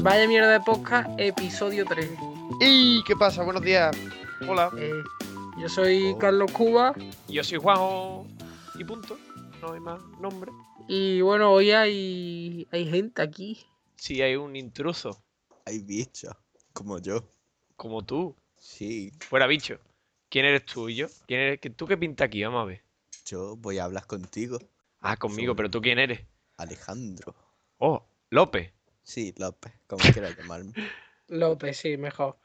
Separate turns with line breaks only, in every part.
Vaya mierda de podcast, episodio 3.
¿Y qué pasa? Buenos días. Hola.
Eh, yo soy
Oh.
Carlos Cuba
Yo soy Juanjo y punto. No hay más nombre.
y bueno, hoy hay, hay gente aquí.
Si hay un intruso,
Hay bichos, como yo.
como tú,
Sí,
fuera bicho. ¿Quién eres tú y yo? ¿Quién eres? ¿Tú qué pinta aquí? Vamos a ver.
yo voy a hablar contigo,
Ah, conmigo, pero tú quién eres.
Alejandro.
Oh, López.
Sí, López, como quieras llamarme.
López, sí, mejor.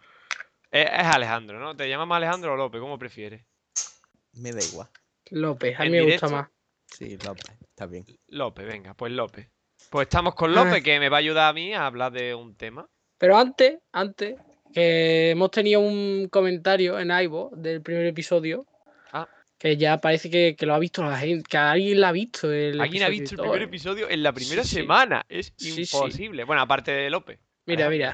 Es, Eh, es Alejandro, ¿no? ¿Te llamas Alejandro o López? ¿Cómo prefieres?
Me da igual.
López, a mí
En
me
directo.
gusta más.
Sí, López, está bien.
López, venga, pues López. Pues estamos con
Ah.
López, que me va a ayudar a mí a hablar de un tema.
Pero antes, antes, que hemos tenido un comentario en Ivo del primer episodio.
Ah.
Que ya parece que, que lo ha visto la gente, que alguien la ha visto. El
¿Alguien ha
episodio y
visto el
todo,
primer
eh.
episodio en la
Sí,
primera
sí.
semana? Es
Sí, sí.
imposible. Bueno, aparte de López.
Mira, mira,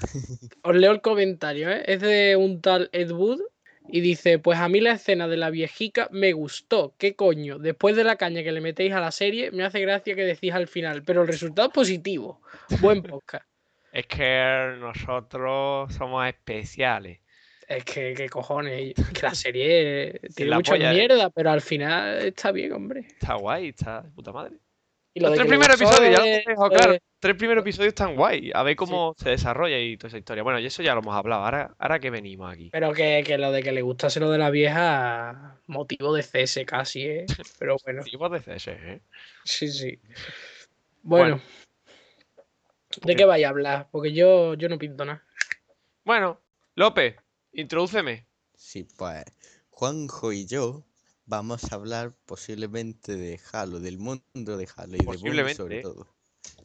os leo el comentario, ¿eh? Es de un tal Ed Wood y dice, pues a mí la escena de la viejica me gustó, qué coño, después de la caña que le metéis a la serie, me hace gracia que decís al final, pero el resultado es positivo, buen podcast.
Es que nosotros somos especiales.
es que, qué cojones, es que la serie eh, tiene
la
mucha
polla, ¿eh?
mierda, pero al final está bien, hombre.
Está guay, está de puta madre.
Y
Los
de
tres
que le
primeros
gustó
episodios, ya lo
es-
hemos dejado claro.
es-
Tres primeros episodios están guay. A ver
Sí.
cómo se desarrolla y toda esa historia. Bueno, y eso ya lo hemos hablado. Ahora, ahora que venimos aquí.
Pero que, que lo de que le gustase lo de la vieja, motivo de cese casi, ¿eh? Pero bueno.
Sí, vos decís, ¿eh?
Sí, sí. Bueno.
Bueno.
¿De qué vais a hablar? Porque yo, yo no pinto nada.
Bueno, López, introdúceme.
Sí, pues Juanjo y yo vamos a hablar posiblemente de Halo, del mundo de Halo y de Bungie
Posiblemente.
sobre todo.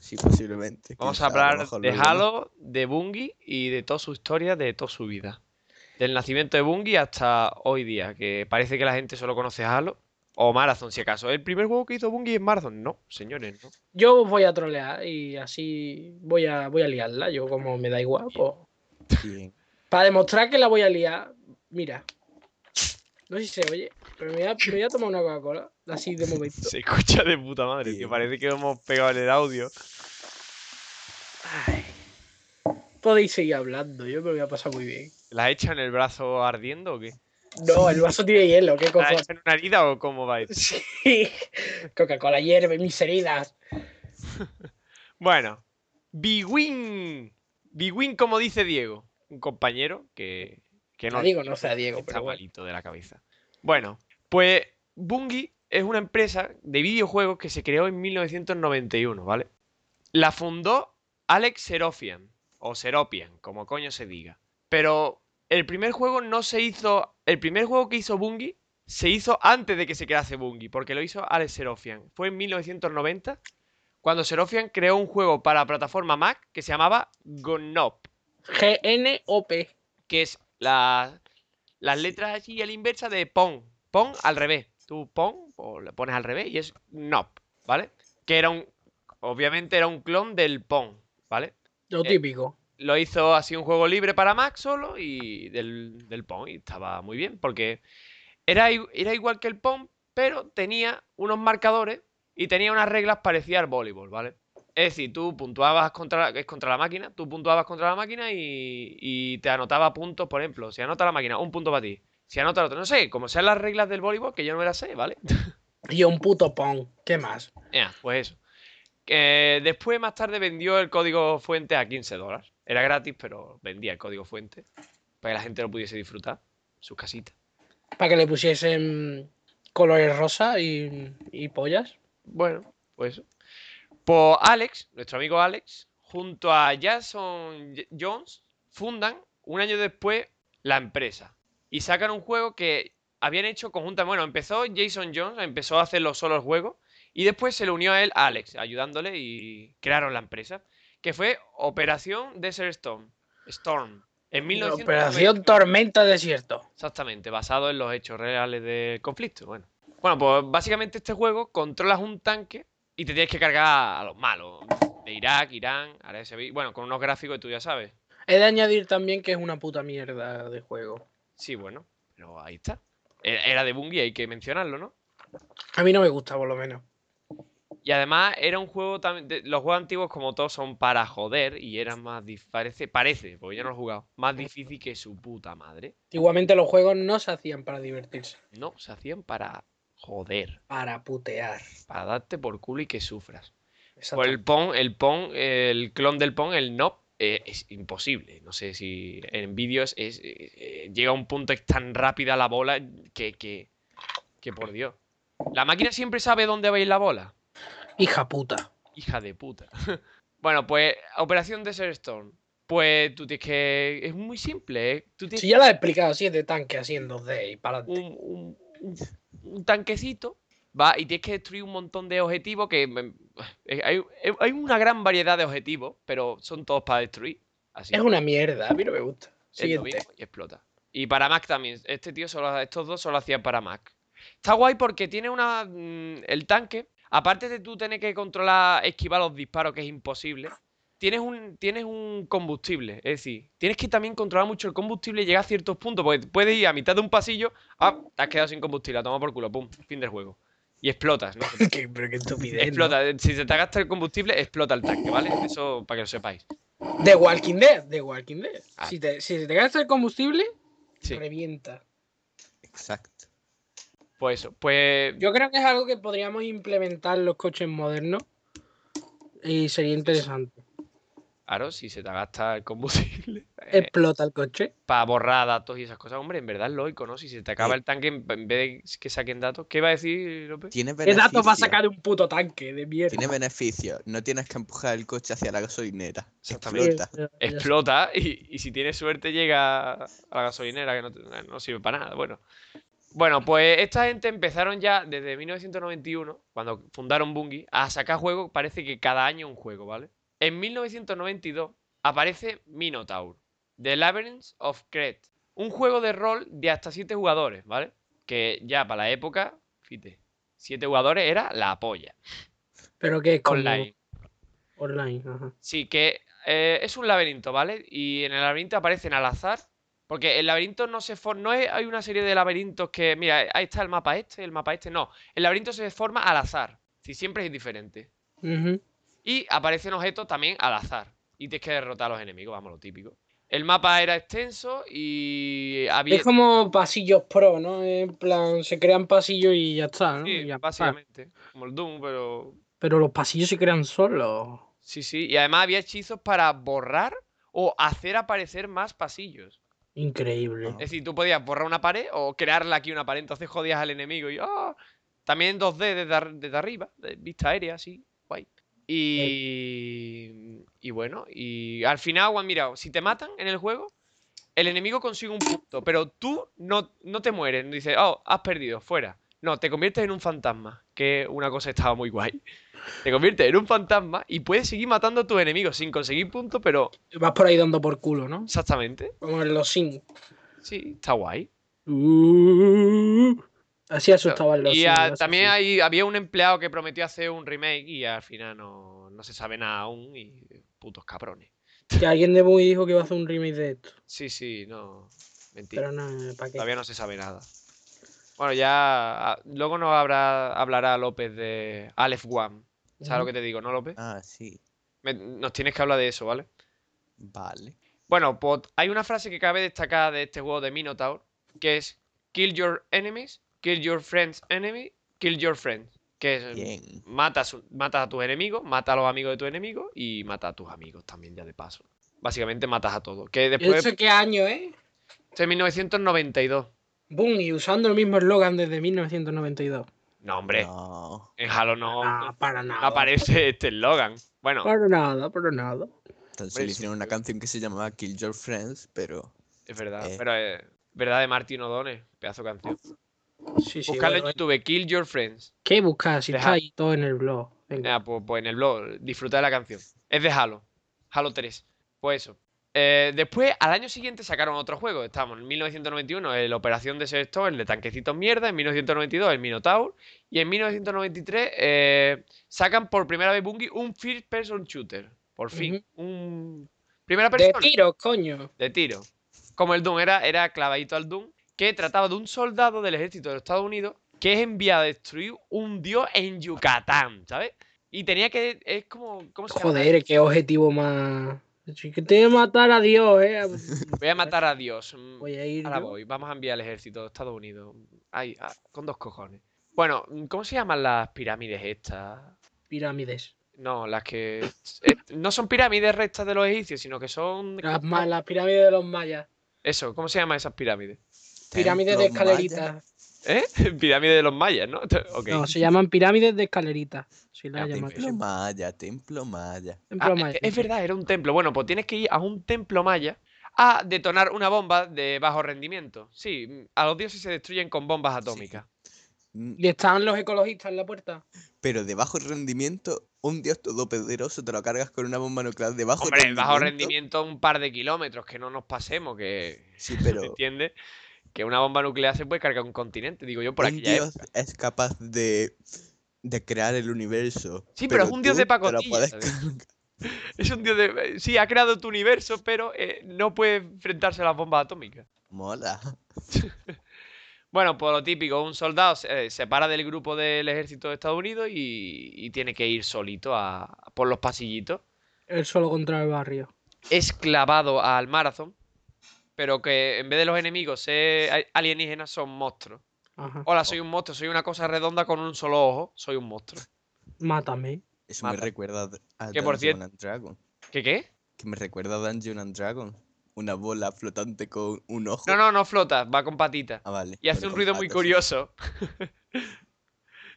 Sí, posiblemente.
Vamos
quién
a
sabe, lo
hablar
mejor
de
lo demás.
Halo, de Bungie y de toda su historia, de toda su vida. Del nacimiento de Bungie hasta hoy día, que parece que la gente solo conoce Halo. O Marathon, si acaso. El primer juego que hizo Bungie es Marathon. No, señores, no.
Yo os voy a trolear y así voy a, voy a liarla. Yo, como me da igual, pues.
Bien.
Para demostrar que la voy a liar, mira. No sé si se oye, pero me voy a, me voy a tomar una Coca-Cola. Así de momento.
Se escucha de puta madre, que
Bien.
parece que hemos pegado en el audio.
Podéis seguir hablando, yo me lo voy a pasar muy bien.
¿La hecha en el brazo ardiendo o qué?
No, el vaso tiene hielo, qué
¿La
cojones.
hecha en una herida o cómo va esto?
Sí. Coca-Cola hierve mis heridas.
Bueno, Bigwin. Bigwin, como dice Diego, un compañero que, que no,
La digo, no sé a Diego,
está
pero bueno.
malito de la cabeza. Bueno, pues Bungie es una empresa de videojuegos que se creó en 1991, ¿vale? La fundó Alex Serofian, o Seropian, como coño se diga. Pero el primer juego no se hizo. El primer juego que hizo Bungie se hizo antes de que se crease Bungie, porque lo hizo Alex Serofian. Fue en 1990 cuando Serofian creó un juego para la plataforma Mac que se llamaba Gnop
G-N-O-P.
que es la- las letras así a la inversa de pon. Pon al revés. Tú pon o le pones al revés y es nop, ¿vale? Que era un. Obviamente era un clon del pon, ¿vale?
Lo
Eh,
típico.
Lo hizo así un juego libre para Mac solo y del, del pon y estaba muy bien porque era, i- era igual que el pon, pero tenía unos marcadores y tenía unas reglas parecidas al voleibol, ¿vale? Es decir, tú puntuabas contra, es contra la máquina, tú puntuabas contra la máquina y, y te anotaba puntos, por ejemplo. Si anota la máquina, un punto para ti. Si anota el otro, no sé, como sean las reglas del voleibol, que yo no me las sé, ¿vale?
Y un puto pon. ¿Qué más?
Ya, pues eso. Que después, más tarde, vendió el código fuente a 15 dólares. Era gratis, pero vendía el código fuente para que la gente lo pudiese disfrutar. Sus casitas.
Para que le pusiesen colores rosa y, y pollas.
Bueno, pues eso. Pues Alex, nuestro amigo Alex, junto a Jason J- Jones, fundan un año después la empresa. Y sacan un juego que habían hecho conjuntamente. Bueno, empezó Jason Jones, empezó a hacerlo solo el juego. Y después se le unió a él Alex, ayudándole y crearon la empresa. Que fue Operación Desert Storm. Storm. En 1990.
Operación Tormenta Desierto.
Exactamente, basado en los hechos reales del conflicto. Bueno, bueno pues básicamente este juego controlas un tanque y te tienes que cargar a los malos de Irak, Irán, Arabia Saudí. Bueno, con unos gráficos que tú ya sabes.
He de añadir también que es una puta mierda de juego.
Sí, bueno, pero ahí está. Era era de Bungie, hay que mencionarlo, ¿no?
A mí no me gusta, por lo menos.
Y además era un juego también. de- Los juegos antiguos, como todos, son para joder y eran más. dif- Parece, parece, porque yo no lo he jugado. Más difícil que su puta madre.
Antiguamente los juegos no se hacían para divertirse,
No, se hacían para joder.
para putear.
Para darte por culo y que sufras. Pues
Exactamente.
el Pong, el Pong, el clon del Pong, el Nop, eh, es imposible. No sé si en vídeos es, eh, eh, llega a un punto es tan rápida la bola que, que, que por Dios. La máquina siempre sabe dónde va a ir la bola.
Hija puta.
Hija de puta. bueno, pues Operación Desert Storm. Pues tú tienes que... Es muy simple, ¿eh? Tú tienes
Si ya la he explicado, así es de tanque, así en 2D y para adelante.
un, un- un- un tanquecito, va, y tienes que destruir un montón de objetivos que mm, eh, hay, eh, hay una gran variedad de objetivos, pero son todos para destruir. Así
Es una mierda, a mí no me gusta.
es lo
Siguiente.
mismo y explota. Y para Mac también. Este tío solo, estos dos solo hacían para Mac. Está guay porque tiene una mm, el tanque. Aparte de tú tener que controlar, esquivar los disparos, que es imposible. Tienes un, tienes un combustible, es decir, tienes que también controlar mucho el combustible y llegar a ciertos puntos, porque puedes ir a mitad de un pasillo, ah, te has quedado sin combustible, toma por culo, pum, fin del juego. Y explotas, ¿no?
Qué- pero qué estupidez.
Explota, si se te gasta el combustible, explota el tanque, ¿vale? Eso para que lo sepáis.
¿no? The Walking Dead, The Walking Dead.
Ah.
Si, te, si se te gasta el combustible,
Sí,
revienta.
Exacto.
pues eso, pues
Yo creo que es algo que podríamos implementar en los coches modernos. Y sería interesante.
Claro, si se te gasta el combustible.
Explota el coche.
Para borrar datos y esas cosas, hombre, en verdad es lógico, ¿no? Si se te acaba
Eh.
el tanque, en en vez de que saquen datos. ¿Qué iba a decir, López?
Tiene
¿Qué
beneficio.
datos va a sacar de un puto tanque de mierda?
Tiene beneficio. No tienes que empujar el coche hacia la gasolinera.
Exactamente.
Explota.
Sí, ya- ya está.
Explota y, y si tienes suerte llega a la gasolinera, que no, te- no sirve para nada. Bueno. Bueno, pues esta gente empezaron ya desde 1991, cuando fundaron Bungie, a sacar juegos, parece que cada año un juego, ¿vale? En 1992 aparece Minotaur, The Labyrinth of Crete, un juego de rol de hasta 7 jugadores, ¿vale? Que ya para la época, fíjate, 7 jugadores era la polla.
Pero que es como
Online.
Online, ajá.
Sí, que eh, es un laberinto, ¿vale? Y en el laberinto aparecen al azar. Porque el laberinto no se forma. No es- hay una serie de laberintos que. Mira, ahí está el mapa este, el mapa este. No. El laberinto se forma al azar. Si siempre es diferente.
Ujú.
Y aparecen objetos también al azar. Y tienes que derrotar a los enemigos, vamos, lo típico. El mapa era extenso y había.
Es como pasillos pro, ¿no? En plan, se crean pasillos y ya está, ¿no?
Sí,
Ya está.
básicamente. Como el Doom, pero.
Pero los pasillos se crean solos.
Sí, sí. Y además había hechizos para borrar o hacer aparecer más pasillos.
Increíble.
Ah.
Es decir, tú podías borrar una pared o crearla aquí una pared, entonces jodías al enemigo y ¡ah! También en 2D desde, ar- desde arriba, de vista aérea, sí, guay. Y, y bueno, y al final, Juan, mira, si te matan en el juego, el enemigo consigue un punto, pero tú no, no te mueres, no dices, oh, has perdido, fuera. No, te conviertes en un fantasma, que una cosa estaba muy guay. Te conviertes en un fantasma y puedes seguir matando a tus enemigos sin conseguir puntos, pero
Vas por ahí dando por culo, ¿no?
exactamente,
Como en los Sims.
sí, está guay.
Uh, así asustaban los
Y
Sims.
ah,
los
también
Sims.
hay- había un empleado que prometió hacer un remake y al final no, no se sabe nada aún y putos cabrones.
Que alguien de muy dijo que iba a hacer un remake de esto.
Sí, sí, no. Mentira.
Pero no, ¿para qué?
Todavía no se sabe nada. Bueno, ya ah, luego nos habrá, hablará López de Aleph One. ¿Sabes lo
Ujú.
que te digo, no, López?
Ah, sí.
Me- nos tienes que hablar de eso, ¿vale?
Vale.
Bueno, pues hay una frase que cabe destacar de este juego de Minotaur, que es Kill your enemies, kill your friends enemy, kill your friends. Que es
Bien.
mata a, su- mata a tus enemigos, mata a los amigos de tu enemigo y mata a tus amigos también, ya de paso. Básicamente matas a todos. Que después
¿Eso qué año, eh?
de 1992.
Boom, y usando el mismo eslogan desde 1992.
No, hombre,
No.
en Halo no, no
Ah, para nada.
aparece este eslogan. Bueno,
Para nada, para nada.
Entonces
Hombre,
le
sí.
hicieron una canción que se llamaba Kill Your Friends, pero.
es verdad,
Eh.
pero es verdad de Martín O'Donnell, pedazo de canción.
Sí, sí.
Buscadlo
bueno,
en YouTube, Kill Your Friends.
¿Qué buscas? Si
Deja-
está ahí todo en el blog. Venga.
Ah, pues, pues en el blog, disfruta de la canción. Es de Halo, Halo 3. Pues eso. Eh, después, al año siguiente sacaron otro juego. Estábamos en 1991, el Operación de Sexto, el de Tanquecitos Mierda. En 1992, el Minotaur. Y en 1993 eh, sacan por primera vez Bungie un First Person Shooter. Por fin. Un. Primera
De
persona
tiros, coño.
de tiro. Como el Doom era, era clavadito al Doom, que trataba de un soldado del ejército de los Estados Unidos que es enviado a destruir un dios en Yucatán, ¿sabes? Y tenía que. Es como. ¿Cómo se llama?
Joder, qué objetivo más. Sí Que te voy a matar a Dios, eh.
Voy a matar a Dios. mm,
Voy a ir.
Ahora
yo.
voy. Vamos a enviar al ejército de Estados Unidos. Ay, ah, con dos cojones. Bueno, mm, ¿cómo se llaman las pirámides estas?
Pirámides.
No, las que. eh, no son pirámides rectas de los egipcios, sino que son.
Las, ma- las pirámides de los mayas.
Eso, ¿cómo se llaman esas pirámides?
Pirámides de
Templos mayas.
escaleritas.
¿Eh? Pirámides de los mayas, ¿no? Ok.
No, se llaman pirámides de escaleritas. Si la
Ah,
llaman.
Templo maya, templo maya.
Templo
Ah,
maya.
es verdad, era un templo. Bueno, pues tienes que ir a un templo maya a detonar una bomba de bajo rendimiento. Sí, mm, a los dioses se destruyen con bombas atómicas.
Mm,
Y están los ecologistas en la puerta.
Pero de bajo rendimiento, un dios todopoderoso te lo cargas con una bomba nuclear de bajo
Hombre,
rendimiento.
bajo rendimiento un par de kilómetros, que no nos pasemos, que.
Sí,
¿Me
pero
entiendes? Que una bomba nuclear se puede cargar un continente, digo yo, por
un
aquí ¿eh? ya.
dios es capaz de, de crear el universo.
Sí, pero es un dios
tú
de
te lo
pacotilla,
puedes
¿sabes?
cargar.
Es un dios de. eh, Sí, ha creado tu universo, pero eh, no puede enfrentarse a las bombas atómicas.
Mola.
Bueno, pues lo típico, un soldado se, eh, se para del grupo del ejército de Estados Unidos y, y tiene que ir solito a, a por los pasillitos.
El solo contra el barrio.
Es clavado al marathon, pero que en vez de los enemigos ser a- alienígenas son monstruos.
Ajá.
Hola, soy un monstruo, soy una cosa redonda con un solo ojo, soy un monstruo.
Mátame.
Eso me
Mata.
recuerda a
Que por
Dungeon
cierto-
and Dragon.
¿Qué qué?
Que me recuerda a Dungeon and Dragon. Una bola flotante con un ojo.
No, no, no flota, va con patitas.
Ah, vale.
Y hace
Bueno,
un
con
ruido muy
patas, sí.
curioso.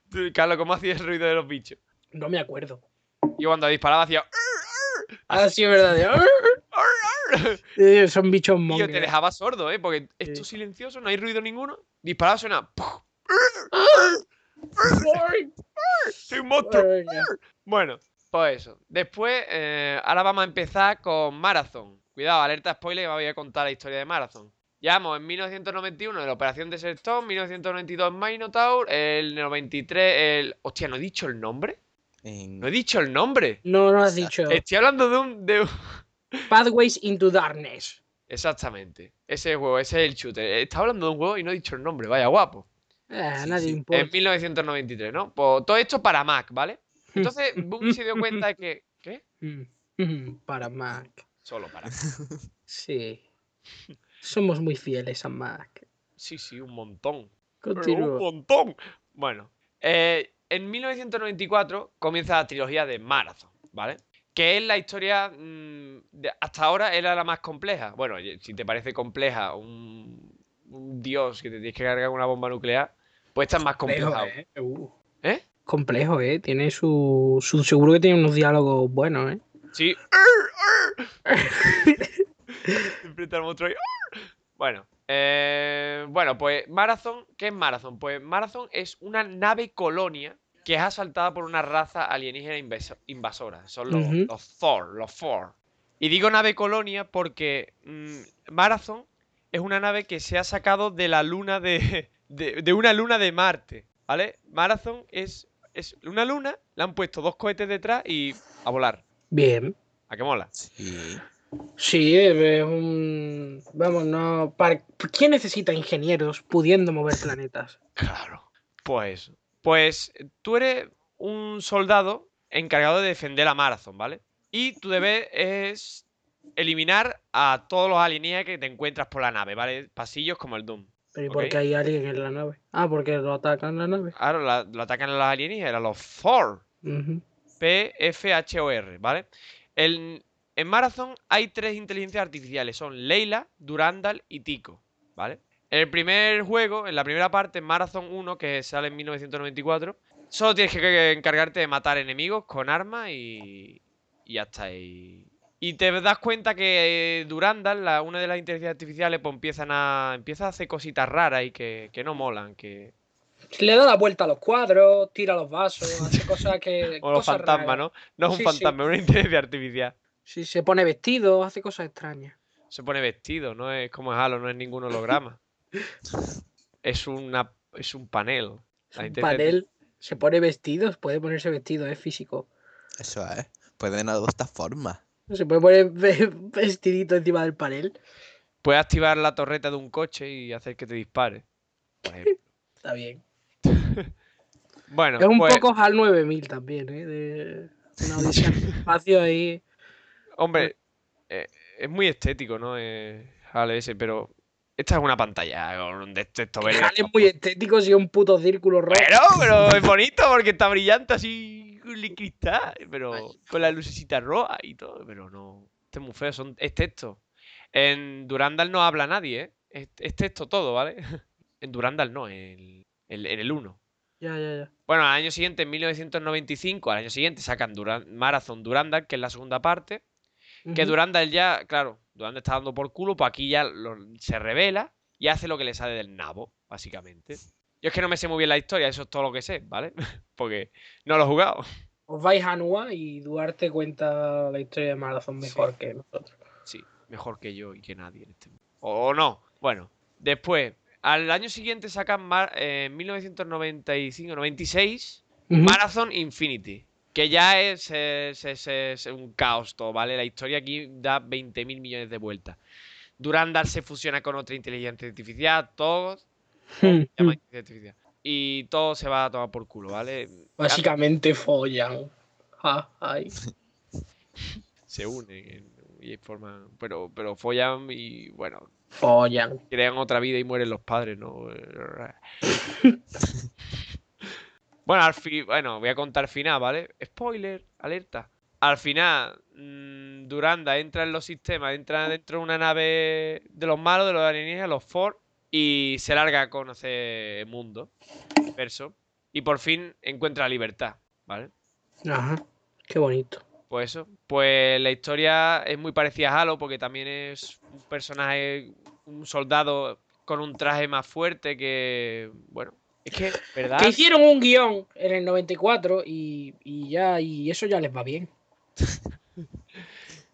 Tú, Carlos, ¿cómo hacía el ruido de los bichos?
No me acuerdo.
Y cuando disparaba hacía...
Ah, sí, es verdad. de- Eh, Son bichos
Y yo te
mongers.
dejaba sordo, ¿eh? Porque esto
Sí.
es silencioso, no hay ruido ninguno. Disparaba suena... ¡puf! ¡Soy un monstruo!
Venga.
Bueno, pues eso. Después, eh, ahora vamos a empezar con Marathon. Cuidado, alerta spoiler que me voy a contar la historia de Marathon. Llevamos en 1991 en la operación de Sertón, 1992 en Minotaur, el 93 el... Hostia, ¿no he dicho el nombre?
En-
No he dicho el nombre.
No, no has dicho.
Estoy hablando de un... de un-
Pathways into Darkness.
Exactamente. Ese es el juego, ese es el shooter. Estaba hablando de un juego y no he dicho el nombre, vaya guapo.
Eh, a
Sí,
nadie
sí.
importa.
En 1993, ¿no? Pues todo esto para Mac, ¿vale? Entonces, Bungie se dio cuenta que... ¿Qué?
Mm, Para Mac.
Solo para Mac.
Sí. Somos muy fieles a Mac.
Sí, sí, un montón. Pero uh, un
Continúa.
montón. Bueno, eh, en 1994 comienza la trilogía de Marathon, ¿vale? Que es la historia, mm, de- hasta ahora era la más compleja. Bueno, y- si te parece compleja un, un dios que te tienes que cargar con una bomba nuclear, pues esta es más
Complejo,
compleja. aún.
eh. Uh.
¿Eh?
Complejo, eh. Tiene su, su. Seguro que tiene unos diálogos buenos, eh.
Sí. Enfrentar al monstruo ahí. Bueno, eh, bueno, pues Marathon, ¿qué es Marathon? Pues Marathon es una nave colonia que es asaltada por una raza alienígena invaso- invasora. Son los,
Ujú.
los Thor, los Thor. Y digo nave colonia porque mm, Marathon es una nave que se ha sacado de la luna de, de, de una luna de Marte, ¿vale? Marathon es, es una luna, le han puesto dos cohetes detrás y a volar.
Bien.
¿A qué mola?
Sí.
Sí, eh, es un. Vamos, no. para- ¿Quién necesita ingenieros pudiendo mover planetas?
Claro. Pues, pues tú eres un soldado encargado de defender a Marathon, ¿vale? Y tu deber es eliminar a todos los alienígenas que te encuentras por la nave, ¿vale? Pasillos como el Doom.
Pero ¿y
Ok.
por qué hay alguien en la nave? Ah, porque lo atacan la nave.
Ahora la- lo atacan a los alienígenas, a los Thor.
Ujú.
P-F-H-O-R, ¿vale? El- en Marathon hay tres inteligencias artificiales, son Leila, Durandal y Tico, ¿vale? En el primer juego, en la primera parte, en Marathon 1, que sale en 1994, solo tienes que- que encargarte de matar enemigos con armas y, y ya está. Y, y te das cuenta que eh, Durandal, la- una de las inteligencias artificiales, pues empiezan a, empieza a hacer cositas raras y que, que no molan, que,
Le da la vuelta a los cuadros, tira los vasos, hace cosas que.
o los
cosas
fantasmas,
raras.
¿no? No es un
Sí, sí.
fantasma, es una inteligencia artificial.
Sí, se pone vestido, hace cosas extrañas.
se pone vestido, no es como es Halo, no es ningún holograma. es una es un panel.
Es
La
un
inteligencia-
panel, se pone vestido, puede ponerse vestido, es físico.
Eso es. Pueden adoptar formas.
Se puede poner ve- vestidito encima del panel.
Puedes activar la torreta de un coche y hacer que te dispare. por ejemplo.
Está bien.
Bueno,
es un
pues,
poco HAL 9000 también, ¿eh? De una odisea en el espacio ahí.
hombre, eh, es muy estético, ¿no? Eh, Hal ese, pero esta es una pantalla con un de- texto verde.
HAL es muy estético, si es un puto círculo rojo.
Pero, pero es bonito porque está brillante así con el cristal, pero con la lucecita roja y todo, pero no. Este es muy feo, son, es texto. En Durandal no habla nadie, ¿eh? Es, es texto todo, ¿vale? En Durandal no, en el, en el 1.
Ya, ya, ya.
Bueno, al año siguiente, en 1995, al año siguiente sacan Duran- Marathon Durandal, que es la segunda parte. Que
Ujú.
Durandal ya, claro, Durandal está dando por culo, pues aquí ya lo- se revela y hace lo que le sale del nabo, básicamente. Yo es que no me sé muy bien la historia, eso es todo lo que sé, ¿vale? Porque no lo he jugado.
Os vais a Nua y Duarte cuenta la historia de Marathon mejor que nosotros.
Sí, mejor que yo y que nadie en este mundo. O, o no. Bueno, después, al año siguiente sacan Mar- eh, 1995-96 Marathon Infinity. Que ya es, es- es- es un caos todo, ¿vale? La historia aquí da 20.000 millones de vueltas. Durandal se fusiona con otra inteligencia artificial, todos.
Hmm,
se
hmm.
llama inteligencia artificial. Y todo se va a tomar por culo, ¿vale?
Básicamente follan. Ja, ay.
Se unen y forman. Pero, pero follan y bueno,
Follan.
crean otra vida y mueren los padres, ¿no? bueno, al fi- bueno, voy a contar el final, ¿vale? Spoiler, alerta. Al final, mm, Duranda entra en los sistemas, entra dentro de una nave de los malos, de los alienígenas, los Ford, y se larga a conocer el mundo, verso, y por fin encuentra libertad, ¿vale?
Ajá. Qué bonito.
Pues eso. Pues la historia es muy parecida a Halo, porque también es un personaje, un soldado con un traje más fuerte que. Bueno, es que, ¿verdad?
Que hicieron un guión en el 94 y, y ya, y eso ya les va bien.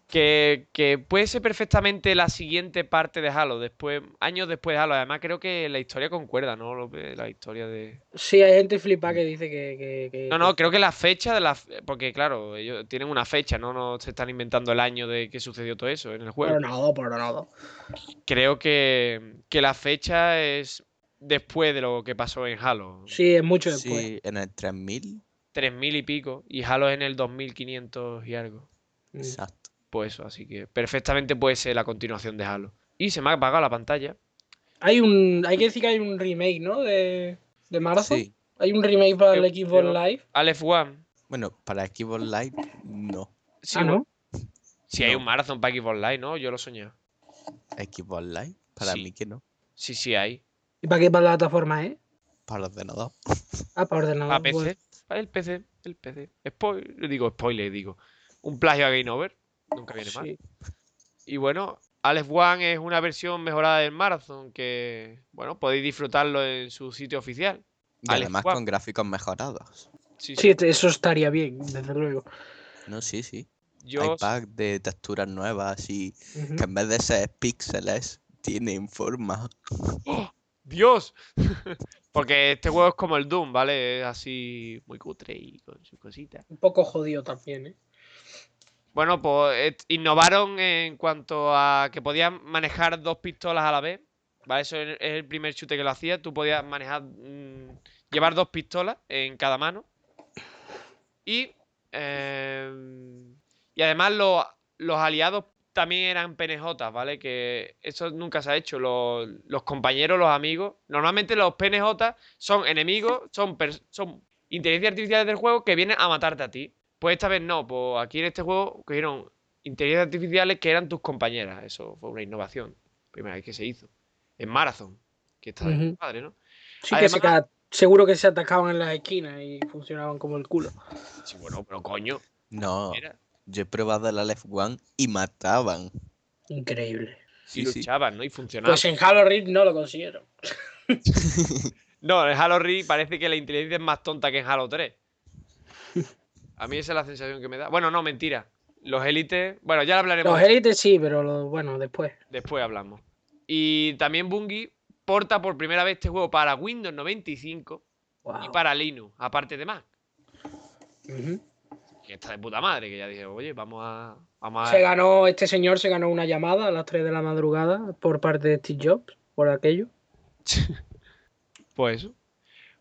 Que, que puede ser perfectamente la siguiente parte de Halo, después, años después de Halo. Además, creo que la historia concuerda, ¿no? Lo que- La historia de.
Sí, hay gente flipa que dice que. que- que-
No, no, creo que la fecha de la. Porque, claro, ellos tienen una fecha, ¿no? No se están inventando el año de que sucedió todo eso en el juego.
Por nada, por nada.
creo que, que la fecha es después de lo que pasó en Halo.
Sí, es mucho después.
Sí, en el 3000.
3000 y pico. Y Halo es en el 2500 y algo.
Mm.
Exacto.
Pues eso, así que perfectamente puede ser la continuación de Halo. Y se me ha apagado la pantalla.
Hay un. Hay que decir que hay un remake, ¿no? De, de Marathon.
Sí.
Hay un remake para el
Creo-
Xbox
creo-
Live.
Aleph One.
Bueno, para Xbox Live, no.
Sí,
ah, ¿no?
bueno, Si hay
No.
un marathon para Xbox Live, ¿no? Yo lo soñé.
Xbox Live, para
Sí.
mí que no.
Sí, sí hay.
¿Y para qué para la plataforma, eh?
Para ordenador.
Ah, para ordenador.
A PC.
bueno.
Ah, El PC, el PC. Spoiler, digo, spoiler, digo. Un plagio a Game Over. Nunca viene mal.
Sí.
Y bueno, Aleph One es una versión mejorada del Marathon que, bueno, podéis disfrutarlo en su sitio oficial.
Y
Alex
además
Juan.
con gráficos mejorados.
Sí,
Sí, sí.
este- eso estaría bien, desde luego.
No, sí, sí.
Yo,
Hay pack de texturas nuevas y
Ujú.
que en vez de ser píxeles, tienen forma.
¡Dios! Porque este juego es como el Doom, ¿vale? Es así muy cutre y con sus cositas.
Un poco jodido también, ¿eh?
Bueno, pues et- innovaron en cuanto a que podían manejar dos pistolas a la vez. ¿Vale? Eso es es el primer chute que lo hacía. Tú podías manejar. mm, llevar dos pistolas en cada mano. Y. eh, y además lo- los aliados también eran PNJ, ¿vale? Que eso nunca se ha hecho. Los, los compañeros, los amigos. Normalmente los PNJ son enemigos, son, pers- son inteligencias artificiales del juego que vienen a matarte a ti. Pues esta vez no, pues aquí en este juego cogieron inteligencias artificiales que eran tus compañeras. Eso fue una innovación. Primera vez que se hizo. En Marathon. Que está de
Ujú.
padre, ¿no?
Sí, que se
Además-
ca- seguro que se atacaban en las esquinas y funcionaban como el culo.
Sí, bueno, pero coño.
No,
Era.
yo he probado el Aleph One y mataban.
Increíble.
y
Sí, sí.
luchaban, ¿no? Y funcionaban.
Pues en Halo Reach no lo consiguieron.
No, en Halo Reach parece que la inteligencia es más tonta que en Halo 3. A mí esa es la sensación que me da. Bueno, no, mentira. Los élites. Bueno, ya lo hablaremos.
Los élites sí, pero lo- bueno, después.
Después hablamos. Y también Bungie porta por primera vez este juego para Windows 95 y
Guau.
para Linux, aparte de Mac.
Ujú.
Que está de puta madre, que ya dije, oye, vamos a. Vamos a...
Se ganó, este señor se ganó una llamada a las 3 de la madrugada por parte de Steve Jobs, por aquello.
Pues eso.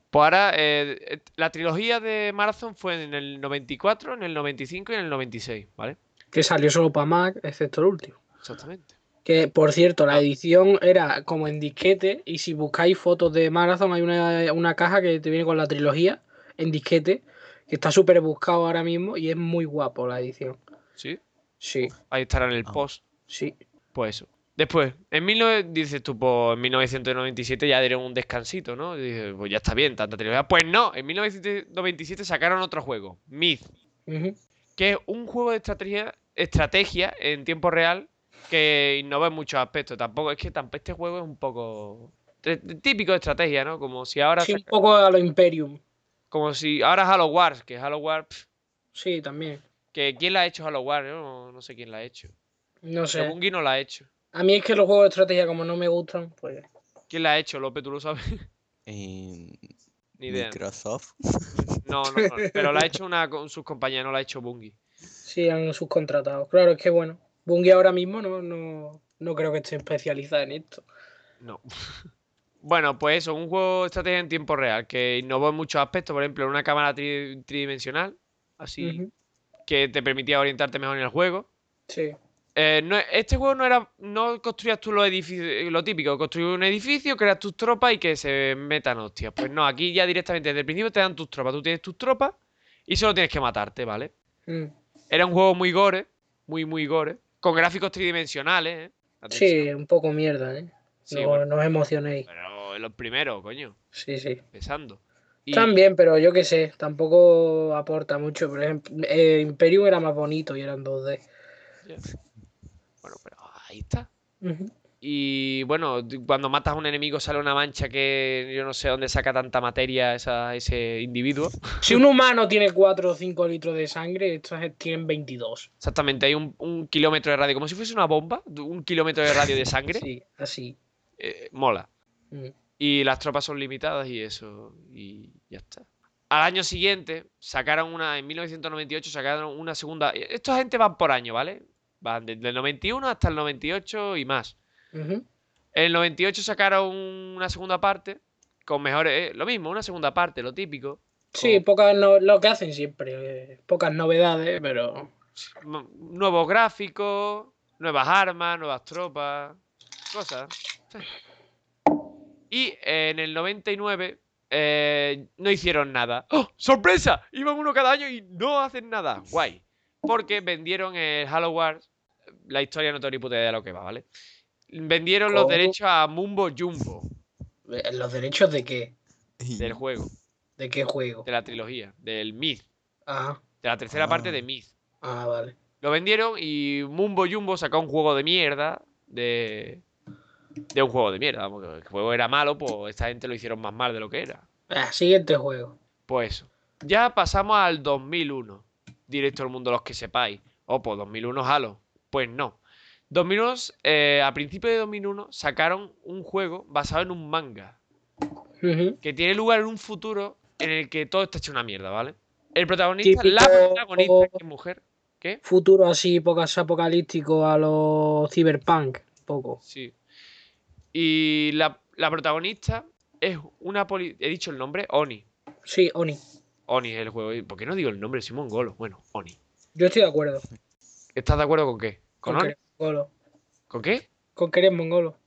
Pues ahora, eh, eh, la trilogía de Marathon fue en el 94, en el 95 y en el 96, ¿vale?
Que salió solo para Mac, excepto el último.
Exactamente.
Que por cierto,
Ah.
la edición era como en disquete. Y si buscáis fotos de Marathon, hay una, una caja que te viene con la trilogía en disquete. Que está súper buscado ahora mismo y es muy guapo la edición.
¿Sí?
Sí,
Ahí estará en el
Ah.
post.
sí.
Pues eso. Después, en 19, dices tú, pues en 1997 ya dieron un descansito, ¿no? Y dices, pues ya está bien, tanta trilogía. Pues no, en 1997 sacaron otro juego, Myth,
Ujú.
que es un juego de estrategia, estrategia en tiempo real que innova en muchos aspectos. Tampoco, es que tampoco este juego es un poco tr- típico de estrategia, ¿no? Como si ahora,
Sí, un
saca-
poco a lo Imperium.
como si ahora Halo Wars, que Halo Wars, pf,
Sí, también.
que quién la ha hecho Halo Wars, Yo no, no sé quién la ha hecho.
No sé.
Según Gui no la ha hecho.
A mí es que los juegos de estrategia, como no me gustan, pues.
¿Quién la ha hecho? López, tú lo sabes.
En
Ni idea.
Microsoft.
No, no, no, pero la ha hecho una con sus compañeros, no la ha hecho Bungie.
Sí, han subcontratado. Claro, es que bueno. Bungie ahora mismo no, no, no creo que esté especializada en esto.
No. Bueno, pues eso, un juego de estrategia en tiempo real que innovó en muchos aspectos, por ejemplo, una cámara tri- tridimensional, así
Ujú.
que te permitía orientarte mejor en el juego.
Sí.
Eh, no- este juego no era, no construías tú los edificios, lo típico, construir un edificio, creas tus tropas y que se metan hostias. Pues no, aquí ya directamente desde el principio te dan tus tropas, tú tienes tus tropas y solo tienes que matarte, ¿vale?
Mm.
Era un juego muy gore, muy, muy gore, con gráficos tridimensionales, ¿eh? Atención.
Sí, un poco mierda, ¿eh?
Sí,
no,
bueno,
no os emocionéis.
pero los primeros, coño,
Sí, sí.
empezando. Y
También, pero yo qué sé, tampoco aporta mucho. Por ejemplo, eh, Imperium era más bonito y eran 2D.
bueno, pero ahí está.
Ujú.
Y bueno, tú- cuando matas a un enemigo sale una mancha que yo no sé dónde saca tanta materia esa, ese individuo.
Si un humano tiene 4 o 5 litros de sangre, estos tienen 22.
Exactamente, hay un, un kilómetro de radio, como si fuese una bomba, du- un kilómetro de radio de sangre.
Sí, así.
Eh, mola.
Mm.
Y las tropas son limitadas y eso. Y ya está. Al año siguiente sacaron una. En 1998 sacaron una segunda. Esta gente van por año, ¿vale? Van desde el 91 hasta el 98 y más.
Ujú.
En el 98 sacaron una segunda parte. Con mejores. eh, lo mismo, una segunda parte, lo típico.
Sí,
Con
pocas no- lo que hacen siempre, eh, pocas novedades, pero
m- nuevos gráficos, nuevas armas, nuevas tropas. Cosas. Y eh, en el 99 eh, no hicieron nada. ¡Oh! ¡Sorpresa! Iban uno cada año y no hacen nada. Guay. Porque vendieron el Halo Wars. La historia no tengo ni puta idea de lo que va, ¿vale? Vendieron los
¿Cómo?
derechos a Mumbo Jumbo
eh, los derechos de qué,
del juego,
de qué juego.
de la trilogía, del Myth,
Ah,
de la tercera
Ah.
parte de Myth.
ah, vale.
Lo vendieron y Mumbo Jumbo sacó un juego de mierda de. De un juego de mierda, vamos, que el juego era malo, pues esta gente lo hicieron más mal de lo que era.
Ah, siguiente juego.
Pues eso. Ya pasamos al 2001. Directo al mundo, los que sepáis. Oh, pues 2001 Halo. Pues no. 2001, eh, a principios de 2001 sacaron un juego basado en un manga.
Ujú.
Que tiene lugar en un futuro en el que todo está hecho una mierda, ¿vale? El protagonista,
Típico-
la protagonista, que es mujer. ¿Qué?
Futuro así, pocas apocalíptico a los cyberpunk, poco.
Sí. Y la, la protagonista es una poli... He dicho el nombre, Oni.
Sí, Oni.
Oni es el juego. ¿Y ¿Por qué no digo el nombre? Soy mongolo. Bueno, Oni.
Yo estoy de acuerdo.
¿Estás de acuerdo con qué?
Con
¿Con,
que
Oni?
eres mongolo.
¿Con qué?
Con que eres mongolo.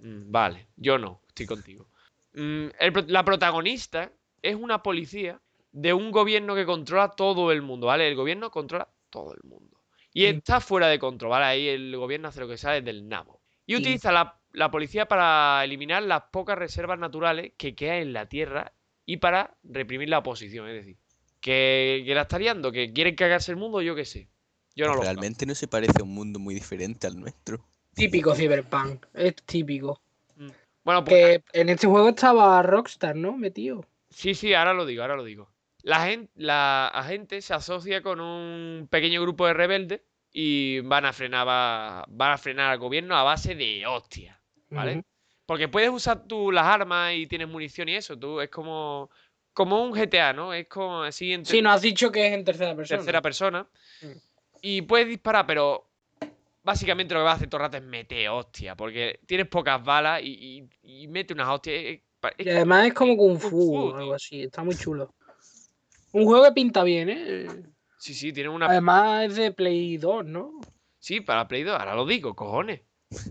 Mm, Vale, yo no, estoy contigo. Mm, el pro- la protagonista es una policía de un gobierno que controla todo el mundo, ¿vale? El gobierno controla todo el mundo. Y
Mm.
está fuera de control, ¿vale? Ahí el gobierno hace lo que sale del nabo. Y
Sí.
utiliza la, la policía para eliminar las pocas reservas naturales que quedan en la Tierra y para reprimir la oposición, es decir. Que, que la está liando, que quieren cagarse el mundo, yo qué sé. Yo no lo sé.
Realmente no se parece a un mundo muy diferente al nuestro.
Típico cyberpunk. Es típico.
Bueno, pues
Que en este juego estaba Rockstar, ¿no? Metido.
Sí, sí, ahora lo digo, ahora lo digo. La gente, la gente se asocia con un pequeño grupo de rebeldes y van a frenar, va- van a frenar al gobierno a base de hostia, ¿vale?
Ujú.
Porque puedes usar tú las armas y tienes munición y eso, tú es como, como un GTA, ¿no? Es como así en
Sí, nos has dicho que es en tercera persona.
tercera persona.
Mm.
Y puedes disparar, pero básicamente lo que vas a hacer todo el rato es meter hostia, porque tienes pocas balas y, y- y mete unas hostias. Es pa- es
Y además es como Kung
Kung
Fu
Fu,
o algo
tío.
así. Está muy chulo. Un juego que pinta bien, ¿eh?
Sí, sí, tienen una.
Además es de Play 2, ¿no?
Sí, para Play 2, ahora lo digo, cojones.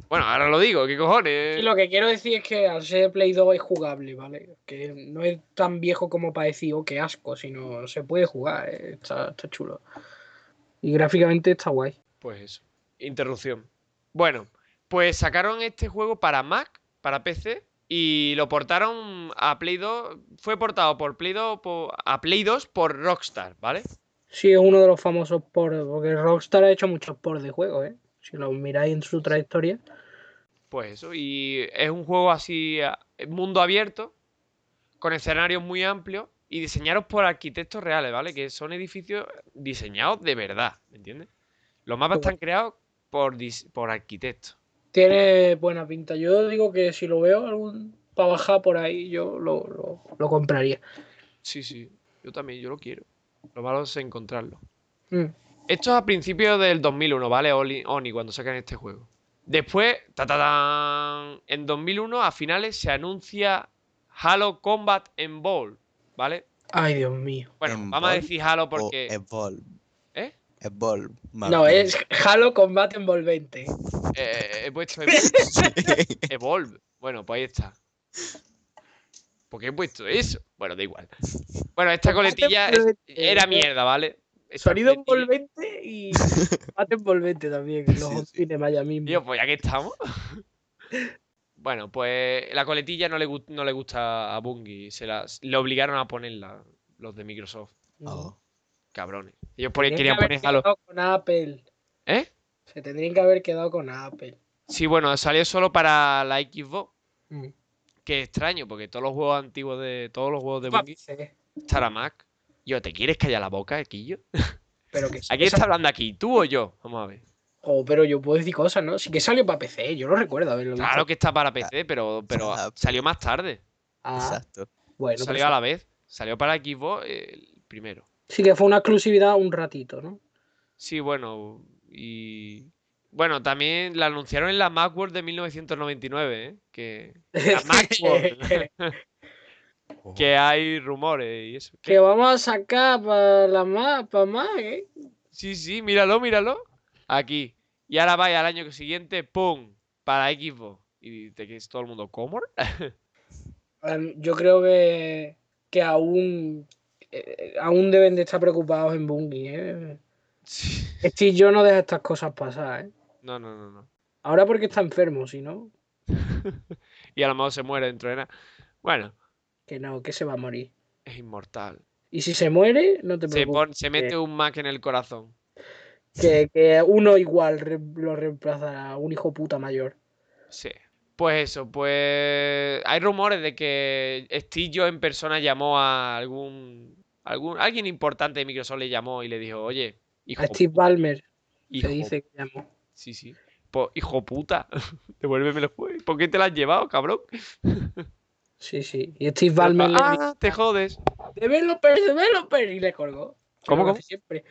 Bueno, ahora lo digo, ¿qué cojones?
Y lo que quiero decir es que al ser de Play 2 es jugable, ¿vale? Que no es tan viejo como para decir, oh, qué asco, sino se puede jugar, ¿eh? está, está chulo. Y gráficamente está guay.
Pues eso. Interrupción. Bueno, pues sacaron este juego para Mac, para PC, y lo portaron a Play 2. Fue portado por Play 2 po- a Play 2 por Rockstar, ¿vale?
Sí, es uno de los famosos ports, porque Rockstar ha hecho muchos ports de juegos, ¿eh? Si lo miráis en su trayectoria.
Pues eso. Y es un juego así, a- mundo abierto, con escenarios muy amplios y diseñados por arquitectos reales, ¿vale? Que son edificios diseñados de verdad, ¿me entiendes? Los mapas
Qué guay.
están creados por, dis- por arquitectos.
Tiene buena pinta. Yo digo que si lo veo algún para bajar por ahí, yo lo, lo- lo compraría.
Sí, sí. Yo también, yo lo quiero. Lo malo es encontrarlo.
Mm.
Esto es a principios del 2001, ¿vale? Oli- Oni, cuando sacan este juego. Después, ta, ta, tan, en 2001, a finales, se anuncia Halo Combat en Ball, ¿vale?
Ay, Dios mío.
Bueno,
¿En
vamos a
Ball?
decir Halo
O
porque...
Evolve.
¿Eh?
Evolve. más
No,
bien.
es Halo Combate Envolvente.
eh, he puesto Evolve. Bueno, pues ahí está. ¿Por qué he puesto eso? Bueno, da igual. Bueno, esta
Combate
coletilla es-
envolvente.
era mierda, ¿vale? Esta
Sonido
coletilla-
envolvente y combate envolvente también. que Los
Sí,
hot
sí.
de Miami.
Yo, pues ya que estamos. bueno, pues la coletilla no le, gu- no le gusta a Bungie. Se la, le obligaron a ponerla los de Microsoft.
Oh,
Cabrones. Ellos por-
Tenían
querían
Mm. que haber
poner Halo.
quedado con Apple.
¿Eh?
Se tendrían que haber quedado con Apple.
Sí, bueno, salió solo para la Xbox.
Mm.
Que extraño, porque todos los juegos antiguos de. Todos los juegos de Bungie
Sí,
están a Mac. Yo, ¿te quieres callar la boca, Quillo?
Pero que sí
¿A
que
quién está hablando aquí? ¿Tú o yo? Vamos a ver.
Oh, pero yo puedo decir cosas, ¿no? Sí que salió para PC, yo lo recuerdo haberlo visto.
Claro que está para PC, pero, pero
Ah,
salió más tarde.
Ah,
Exacto.
bueno,
Salió
pues
a la vez. Salió para Xbox eh, el primero.
sí que fue una exclusividad un ratito, ¿no?
Sí, bueno, y bueno, también la anunciaron en la Macworld de 1999, ¿eh? que la Macworld, que hay rumores y eso.
que vamos a sacar para la más, para más, ¿eh?
Sí, sí, míralo, míralo. Aquí. Y ahora vaya al año siguiente, ¡pum! Para Xbox. Y te quedas todo el mundo, ¿cómo?
Em, Yo creo que, que aún, eh, aún deben de estar preocupados en Bungie, ¿eh?
Sí.
Steve yo no deja estas cosas pasar, ¿eh?
No, no, no, no.
Ahora porque está enfermo, si no,
Y a lo mejor se muere dentro de nada. Bueno,
que no, que se va a morir.
es inmortal.
Y si se muere, no te
Se,
preocupes.
pon- se mete un Mac en el corazón.
Que, que uno igual re- lo reemplazará, un hijo puta mayor.
Sí. Pues eso, pues hay rumores de que Steve Jobs en persona llamó a algún, algún alguien importante de Microsoft le llamó y le dijo, oye, hijo,
A Steve Ballmer,
hijo-
se dice que llamó.
sí, sí, po- hijo puta, devuélveme los juegos. ¿Por qué te lo has llevado, cabrón?
Sí, sí. Y Steve Ballmer le dijo,
ah, te jodes.
developer, developer, y le colgó. Que es lo
¿Cómo,
que
cómo?
hace Siempre.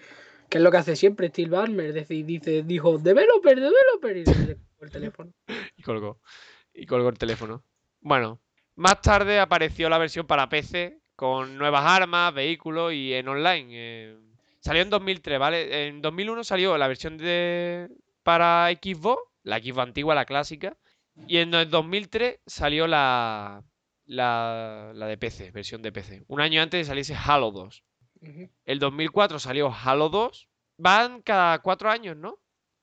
Que es lo que hace siempre Steve Ballmer, decir, dice, dijo, developer, developer, y le colgó el teléfono.
Y colgó. Y colgó el teléfono. Bueno, más tarde apareció la versión para PC con nuevas armas, vehículos y en online. eh. Salió en 2003, ¿vale? En 2001 salió la versión de para Xbox, la Xbox antigua, la clásica. Y en el 2003 salió la, la, la de PC, versión de PC. Un año antes de saliese Halo 2.
Ujú.
El 2004 salió Halo 2. Van cada cuatro años, ¿no?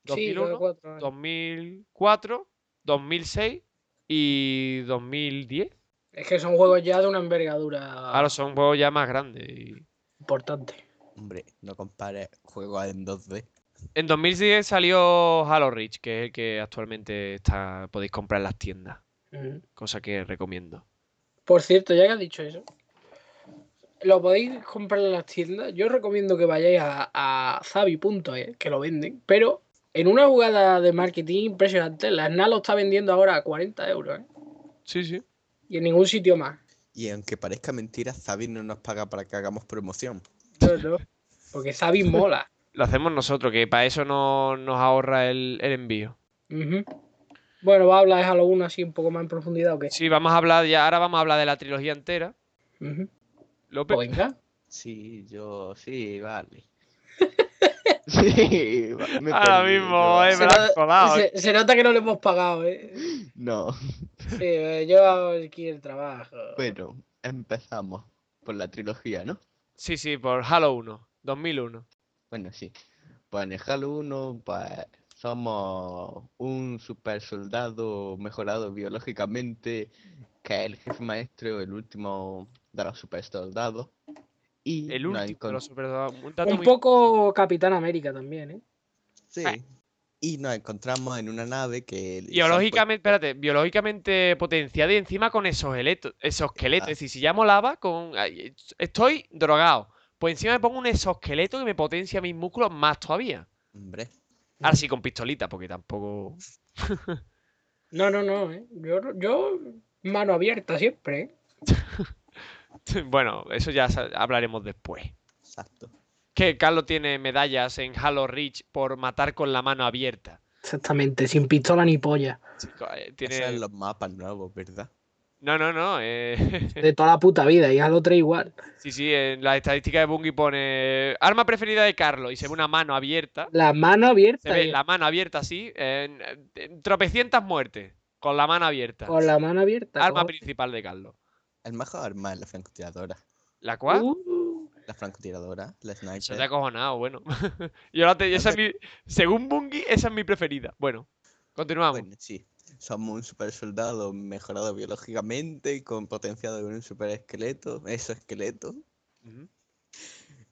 Sí, cada
2001,
cuatro años.
2004, 2006 y 2010.
Es que son juegos ya de una envergadura
Ahora son juegos ya más grandes. y-
importante.
Hombre, no compares juegos en 2D.
En 2010 salió Halo Reach, que es el que actualmente está, podéis comprar en las tiendas,
Ujú.
cosa que recomiendo.
Por cierto, ya que has dicho eso, lo podéis comprar en las tiendas. Yo os recomiendo que vayáis a, a zabi.es, que lo venden, pero en una jugada de marketing impresionante, la SNA lo está vendiendo ahora a 40 euros, ¿eh?
Sí, sí.
Y en ningún sitio más.
Y aunque parezca mentira, Zabi no nos paga para que hagamos promoción.
No, no, Porque Zabi mola.
Lo hacemos nosotros, que para eso no, nos ahorra el, el envío.
Ujú. Bueno, va a hablar de Halo 1 así un poco más en profundidad o qué.
Sí, vamos a hablar ya, ahora vamos a hablar de la trilogía entera.
Ujú.
López.
Pues venga.
Sí, yo, sí, vale. sí, va- me he
Ahora
perdido,
mismo,
yo-
eh. me la has colado,
se- se nota que no le hemos pagado, ¿eh?
No,
Sí, eh, yo hago aquí el trabajo.
bueno, empezamos por la trilogía, ¿no?
Sí, sí, por Halo 1, 2001.
Bueno, sí. Pues en el Halo 1, pues somos un super soldado mejorado biológicamente, que es el jefe maestro, el último de los super soldados. Y
El
nos
último de
encon-
los super- Un dato
Un
muy-
poco Capitán América también, ¿eh?
Sí. Y nos encontramos en una nave que. le-
Biológicamente,
son
espérate, biológicamente potenciada y encima con esos esqueletos. esqueletos.
Ah.
Es decir, si ya molaba con. ay, Estoy drogado. Pues encima me pongo un exoesqueleto que me potencia mis músculos más todavía.
puestos- Hombre,
Ahora sí con pistolita, porque tampoco.
No, no, no, ¿eh? Yo, yo mano abierta siempre, ¿eh?
Bueno, eso ya sa- hablaremos después.
exacto.
Que Carlos tiene medallas en Halo Reach por matar con la mano abierta.
Exactamente, sin pistola ni polla.
Chico, eh,
Esos
tiene...
son los mapas nuevos, ¿verdad?
No, no, no. eh,
De toda la puta vida, y Halo 3 igual.
Sí, sí, en la estadística de Bungie pone arma preferida de Carlos y se ve una mano abierta.
La mano
Se
abierta.
ve
y-
la mano abierta así, en, en tropecientas muertes, con la mano abierta.
Con la mano abierta.
Arma
cojones.
principal de Carlos.
El mejor arma es la francotiradora.
¿La cual?
Uh,
La francotiradora, la
Eso te ha
sniper.
acojonado, bueno. Yo la te- esa es mi, según Bungie, esa es mi preferida. Bueno, continuamos.
Bueno, Pues sí. Somos un super soldado mejorado biológicamente, con potenciado con un super esqueleto, exoesqueleto.
Ujú.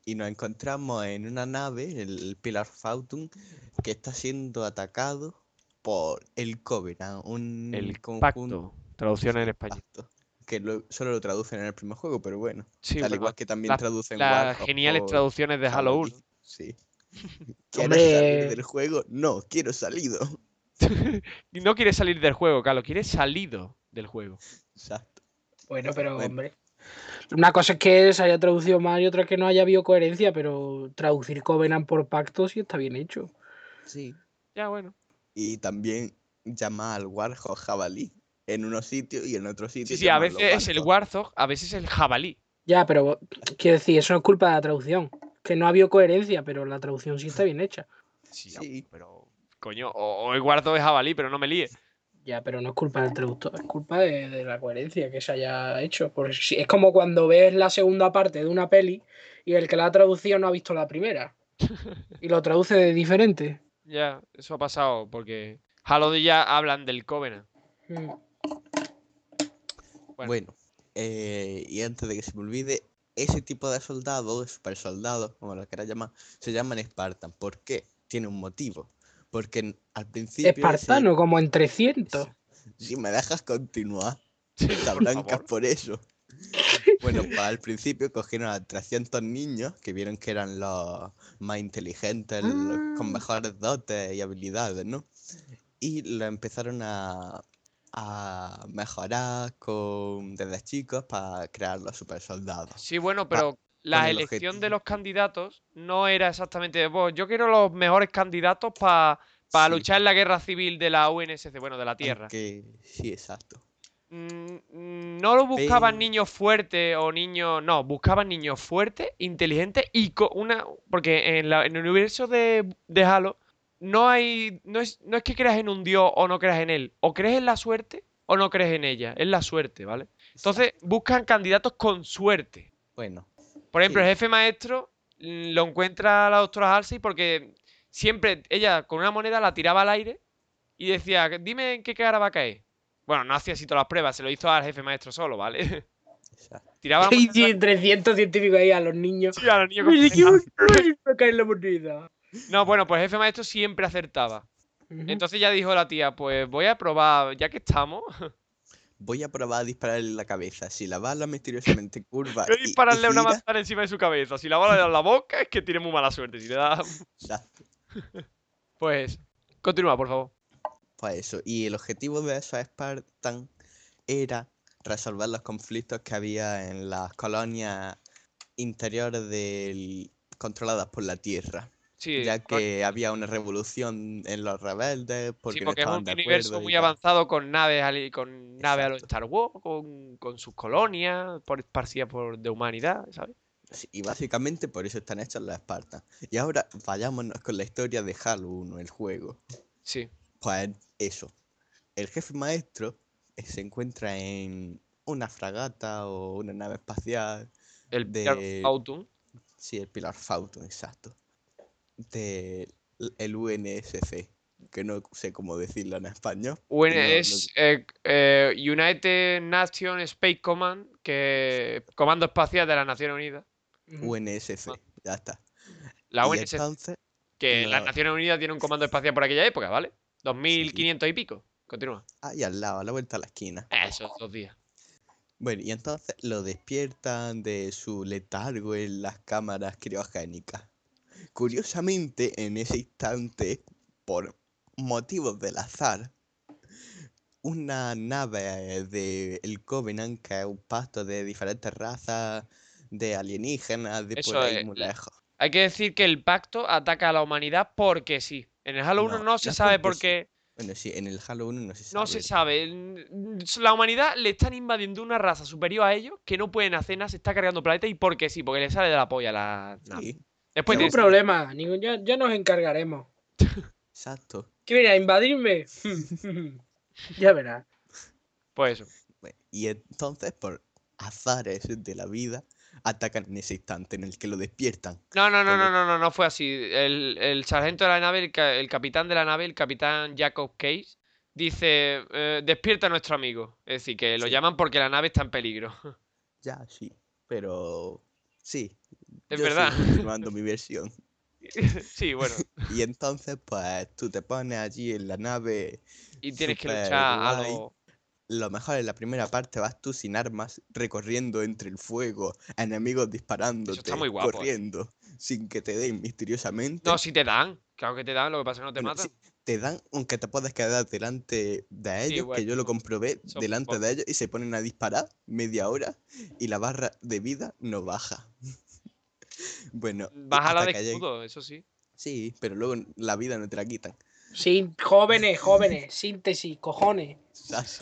y nos encontramos en una nave, el Pilar Fautum, que está siendo atacado por el Covenant, un
El
conjunto
pacto, traducción en
sí, Ah,
español.
pacto, que lo- solo lo traducen en el primer juego, pero bueno,
Sí,
al
bueno,
igual que también
las-
traducen
las
Warcraft
geniales
por
traducciones de Halo 1.
Saladín, Sí. ¿Quieres
Hombre.
salir del juego? No, quiero salido.
Y No quiere salir del juego, Carlos, quiere salido del juego.
Exacto.
bueno, pero
Bueno.
hombre. Una cosa es que se haya traducido mal y otra es que no haya habido coherencia, pero traducir Covenant por pacto sí está bien hecho.
Sí.
Ya, bueno.
Y también llama al Warhog jabalí en unos sitios y en otros
Sí,
sitios.
sí, a
llamarlo
veces es el
Warthog.
Warzog, a veces es el jabalí.
Ya, pero quiero decir, eso no es culpa de la traducción. Que no ha habido coherencia, pero la traducción sí está bien hecha.
Sí, ya,
Sí.
pero. Coño, o, o el Warzog es jabalí, pero no me líes.
Ya, pero no es culpa del traductor, es culpa de, de la coherencia que se haya hecho. Por si- es como cuando ves la segunda parte de una peli y el que la ha traducido no ha visto la primera. Y lo traduce de diferente.
Ya, eso ha pasado, porque Halo ya hablan del Covenant.
Mm.
Bueno.
Bueno, eh, y antes de que se me olvide, ese tipo de soldados, super soldados, como lo quieras llamar, se llaman Spartan. ¿Por qué? Tiene un motivo. Porque en- al principio. ese-
Espartano, como en 300.
si me dejas continuar,
Sí,
te
por
blancas
favor.
por eso. Bueno, pues al principio cogieron a 300 niños que vieron que eran los más inteligentes, los
Ah.
con mejores dotes y habilidades, ¿no? Y lo empezaron a, a mejorar con, desde chicos para crear los super soldados.
Sí, bueno, pero la
Ah, con el
elección de
objetivo.
los candidatos no era exactamente. "Bueno, yo quiero los mejores candidatos para para
Sí,
luchar en la guerra civil de la UNSC, bueno, de la Tierra.
aunque- sí, exacto.
Mm, mm, No lo buscaban
Pero-
niños fuertes o niños. No, buscaban niños fuertes, inteligentes y con una. Porque en, la- en el universo de, de Halo no hay. No es, no es que creas en un dios o no creas en él. O crees en la suerte o no crees en ella. Es la suerte, ¿vale? Entonces buscan candidatos con suerte.
Bueno,
Por ejemplo,
Sí.
el jefe maestro mm, lo encuentra la doctora Halsey porque siempre ella con una moneda la tiraba al aire y decía, dime en qué cara va a caer. Bueno, no hacía así todas las pruebas, se lo hizo al jefe maestro solo, ¿ale?
exacto.
Y
Tiraba la moneda
sí, 300 científicos ahí a los niños.
así a los niños con
Me
moneda.
me cae la moneda.
No, bueno, pues el jefe maestro siempre acertaba.
Ujú.
Entonces ya dijo la tía, pues voy a probar, ya que estamos,
Voy a probar a dispararle en la cabeza. Si la bala misteriosamente curva.
voy a
y- y
dispararle una
gira,
manzana encima de su cabeza. Si la bola le da en la boca es que tiene muy mala suerte. Si le da...
exacto.
Pues... Continúa, por favor.
Pues eso, y el objetivo de esos Spartan era resolver los conflictos que había en las colonias interiores del... controladas por la Tierra.
Sí,
ya
con-
que había una revolución en los rebeldes porque,
sí,
no
porque es
estaban
un
de
universo
acuerdo y
muy
tal.
avanzado con naves, ali- con naves a lo Star Wars, con, con sus colonias por, esparcidas por de humanidad, ¿sabes?
Sí, Y básicamente por eso están hechas las Espartas. Y ahora vayámonos con la historia de Halo 1, el juego.
Sí,
Pues eso. El jefe maestro eh, se encuentra en una fragata o una nave espacial.
el
De-
Dark Autumn.
Sí, el Pilar Fauton, exacto. De l- el UNSC. Que no sé cómo decirlo en español.
UN
no- no-
es eh, eh, United Nations Space Command, que Comando Espacial de las Naciones Unidas.
Ujú.
UNSC, ya está.
La
Y
UNSC,
entonces,
que las
la-
Naciones Unidas tiene un comando espacial por aquella época, ¿vale? 2500 y pico. Continúa.
ahí al lado, a la vuelta a la esquina.
Esos dos días.
Bueno, y entonces lo despiertan de su letargo en las cámaras criogénicas. Curiosamente, en ese instante, por motivos del azar, una nave del Covenant, que es un pacto de diferentes razas, de alienígenas, de por
Eso
ahí
es,
muy
la-
lejos.
Hay que decir que el pacto ataca a la humanidad porque sí. En el Halo 1 no,
No,
se
no
sabe por
porque sí.
qué.
Bueno, sí, en el Halo 1 no se sabe.
No se sabe. N- n- La humanidad le están invadiendo una raza superior a ellos que no pueden hacer nada, se está cargando planeta y porque sí, porque le sale de la polla la nave.
Sí,
Después
Ningún
tienes-
problema, ningún- ya, ya nos encargaremos.
exacto.
¿Qué viene a invadirme? ya verás.
Pues eso.
Bueno, Y entonces, por azares de la vida, atacan en ese instante en el que lo despiertan.
No, no, no,
Porque-
no, no, no, no fue así. El, el sargento de la nave, el, ca- el capitán de la nave, el capitán Jacob Case, dice, eh, despierta a nuestro amigo. Es decir, que lo
Sí.
llaman porque la nave está en peligro.
Ya, sí, pero sí.
Es
yo sigo
verdad.
Continuando mi versión.
sí, bueno.
Y entonces, pues tú te pones allí en la nave.
Y tienes que
Súper
luchar a
guay.
los...
Lo mejor en la primera parte vas tú sin armas, recorriendo entre el fuego, enemigos disparándote,
muy guapo, eh.
corriendo, sin que te den misteriosamente.
No, si te dan. Claro que te dan, lo que pasa es que no te
Bueno,
matan.
sí, te dan, aunque te puedas quedar delante de ellos,
bueno,
que yo lo comprobé,
son
delante
pocos.
de ellos, y se ponen a disparar media hora y la barra de vida no baja. bueno, y
Baja la
hasta
de
que lleg-
escudo, eso sí.
Sí, pero luego n- la vida no te la quitan.
Sin, jóvenes, jóvenes, síntesis, cojones.
¿sabes?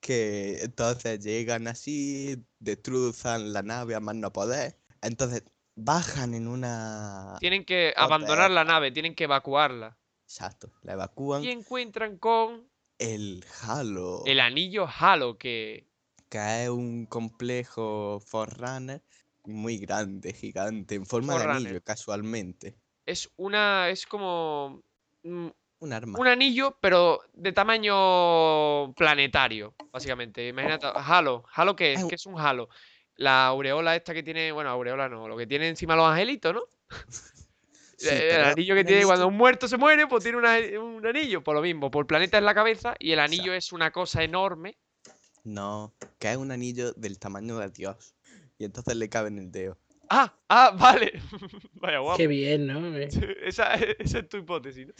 Que entonces llegan así, destruzan la nave a más no poder. Entonces bajan en una.
Tienen que
Joder.
abandonar la nave, tienen que evacuarla.
Exacto, la evacúan.
Y encuentran con
El Halo.
el anillo Halo, que
cae un complejo Forerunner muy grande, gigante, en forma de
Forerunner.
anillo, casualmente.
es una. es como. mm,
Un arma.
Un anillo, pero de tamaño planetario, básicamente. Imagínate, Halo. ¿Halo qué es?
Au.
¿Qué es un Halo? La aureola esta que tiene. Bueno, aureola no, lo que tiene encima los angelitos, ¿no?
Sí,
Eh, el
pero
anillo que
un
tiene cuando
anillo-
un muerto se muere, pues tiene una- un anillo, por lo mismo, por planeta en la cabeza, y el anillo
Exacto.
es una cosa enorme.
No, cae un anillo del tamaño de Dios. Y entonces le cabe en el dedo.
¡Ah! ¡Ah! ¡Vale! Vaya guapo.
Qué bien, ¿no? Eh,
Esa, esa es tu hipótesis, ¿no?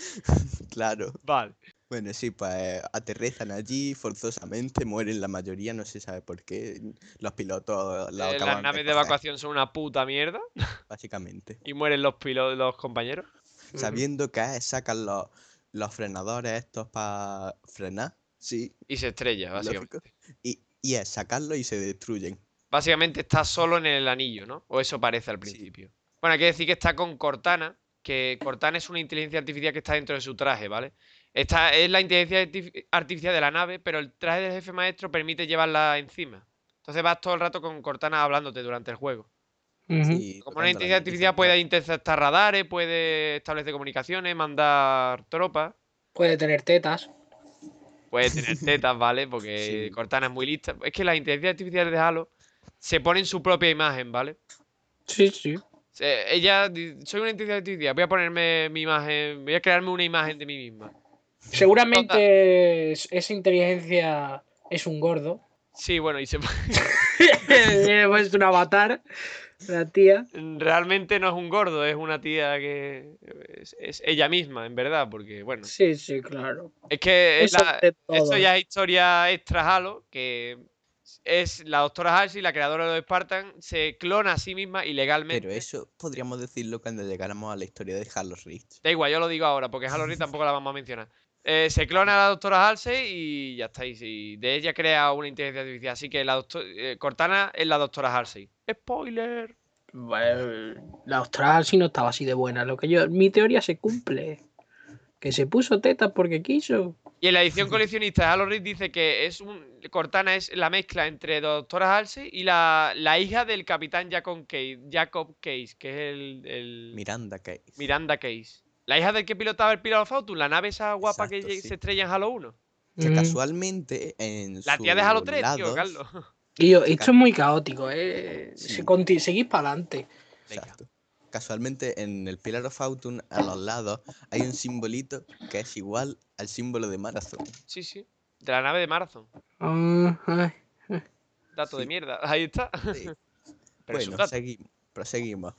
Claro.
Vale.
Bueno, sí, pues aterrizan allí forzosamente, mueren la mayoría, no se sabe por qué. mm, Los pilotos la
Eh,
acaban
las naves de
coger,
evacuación son una puta mierda
Básicamente.
y mueren los pilotos, los compañeros.
Ujú.
Sabiendo que es- sacan los, los frenadores estos para frenar. Sí,
Y se estrella, básicamente.
lógico. Y, y es sacarlo y se destruyen.
Básicamente está solo en el anillo, ¿no? O eso parece al principio. Bueno, hay que decir que está con Cortana, que Cortana es una inteligencia artificial que está dentro de su traje, ¿vale? Esta es la inteligencia artif- artificial de la nave, pero el traje del jefe maestro permite llevarla encima. Entonces vas todo el rato con Cortana hablándote durante el juego.
Ujú.
Sí,
Como
tocando
una
la
inteligencia
nariz
artificial
al
puede
traje.
interceptar radares, puede establecer comunicaciones, mandar tropas,
Puede tener tetas.
puede tener tetas, ¿vale? Porque
Sí.
Cortana es muy lista. Es que las inteligencias artificiales de Halo se ponen su propia imagen, ¿ale?
Sí, sí.
Se- Ella, di- soy una inteligencia artificial, voy a ponerme mi imagen, voy a crearme una imagen de mí misma.
Seguramente es- esa inteligencia es un gordo.
Sí, bueno, y se-
Le he puesto un avatar, la tía.
realmente no es un gordo, es una tía que es, es ella misma, en verdad, porque, bueno,
Sí, sí, claro.
es que es
Eso
Eh, la-
de todo.
esto ya es historia extra Halo, que es la doctora Halsey, la creadora de los Spartan, se clona a sí misma ilegalmente.
Pero eso podríamos decirlo cuando llegáramos a la historia de Halo Reach.
Da igual, yo lo digo ahora, porque Halo Reach tampoco la vamos a mencionar. Eh, se clona a la doctora Halsey y ya está. Y si- de ella crea una inteligencia artificial. Así que la docto- eh, Cortana es la doctora Halsey. ¡Spoiler!
Bueno, la Austral sí no estaba así de buena. Lo que yo, mi teoría se cumple. Que se puso tetas porque quiso.
Y en la edición coleccionista de Halo Reach dice que es un, Cortana es la mezcla entre doctora Halsey y la, la hija del capitán Jacob Case, Jacob Case que es el, el-
Miranda Case.
Miranda Case. La hija del que pilotaba el Pilot of Autumn, la nave esa guapa que
Exacto,
lle-
sí.
se estrella en Halo 1.
Que
Mm.
casualmente en
La tía de Halo
sus
3, tío,
lados-
Carlos.
Tío, esto es muy caótico, ¿eh?
Sí.
Se conti- seguís para adelante.
Venga.
Exacto. Casualmente en el Pilar of Autumn, a los lados, hay un simbolito que es igual al símbolo de Marathon.
Sí, sí. De la nave de Marathon. Dato de
Sí.
mierda. Ahí está.
Sí.
Pero es un
bueno,
dato.
segui- proseguimos.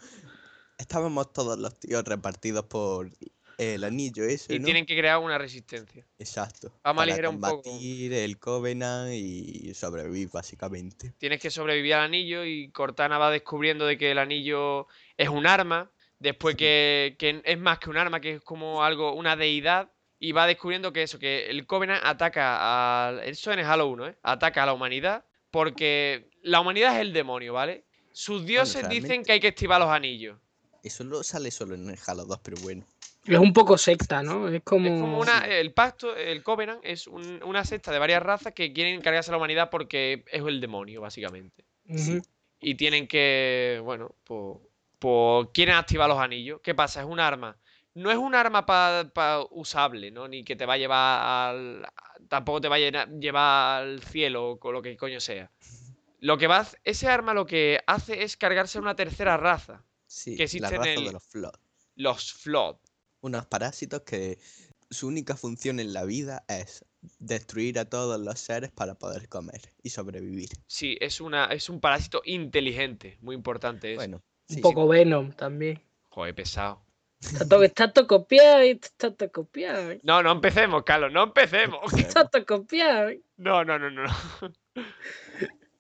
Estábamos todos los tíos repartidos por el anillo ese,
Y
¿no?
tienen que crear una resistencia.
Exacto.
Vamos a
para
aligerar un poco.
combatir el Covenant y sobrevivir, básicamente.
Tienes que sobrevivir al anillo y Cortana va descubriendo de que el anillo es un arma. Después que, que es más que un arma, que es como algo, una deidad. Y va descubriendo que eso, que el Covenant ataca a... Eso en el Halo 1, ¿eh? Ataca a la humanidad. Porque la humanidad es el demonio, ¿vale? Sus dioses dicen
realmente-
que hay que activar los anillos.
Eso lo sale solo en el Halo 2, pero bueno.
Es un poco secta, ¿no? Es como.
Es como una, el pacto, el Covenant, es un- una secta de varias razas que quieren encargarse a la humanidad porque es el demonio, básicamente.
Ujú.
sí.
Y tienen que, bueno, pues, pues quieren activar los anillos. ¿Qué pasa? Es un arma. No es un arma para usable, ¿no? Ni que te va a llevar al... Tampoco te va a llena- llevar al cielo o con lo que coño sea. Lo que va a hac- ese arma lo que hace es cargarse a una tercera raza,
Sí,
que
la
existe en
raza
el-
de los Flood.
los Flood.
Unos parásitos que su única función en la vida es destruir a todos los seres para poder comer y sobrevivir.
Sí, es una es un parásito inteligente, muy importante eso.
Bueno,
Un
sí, sí,
poco Venom también.
Joder, pesado.
Está todo, está todo copiado, eh, está todo copiado. eh,
No, no empecemos, Carlos, no empecemos.
Está todo copiado. eh.
No, no, no, no. no.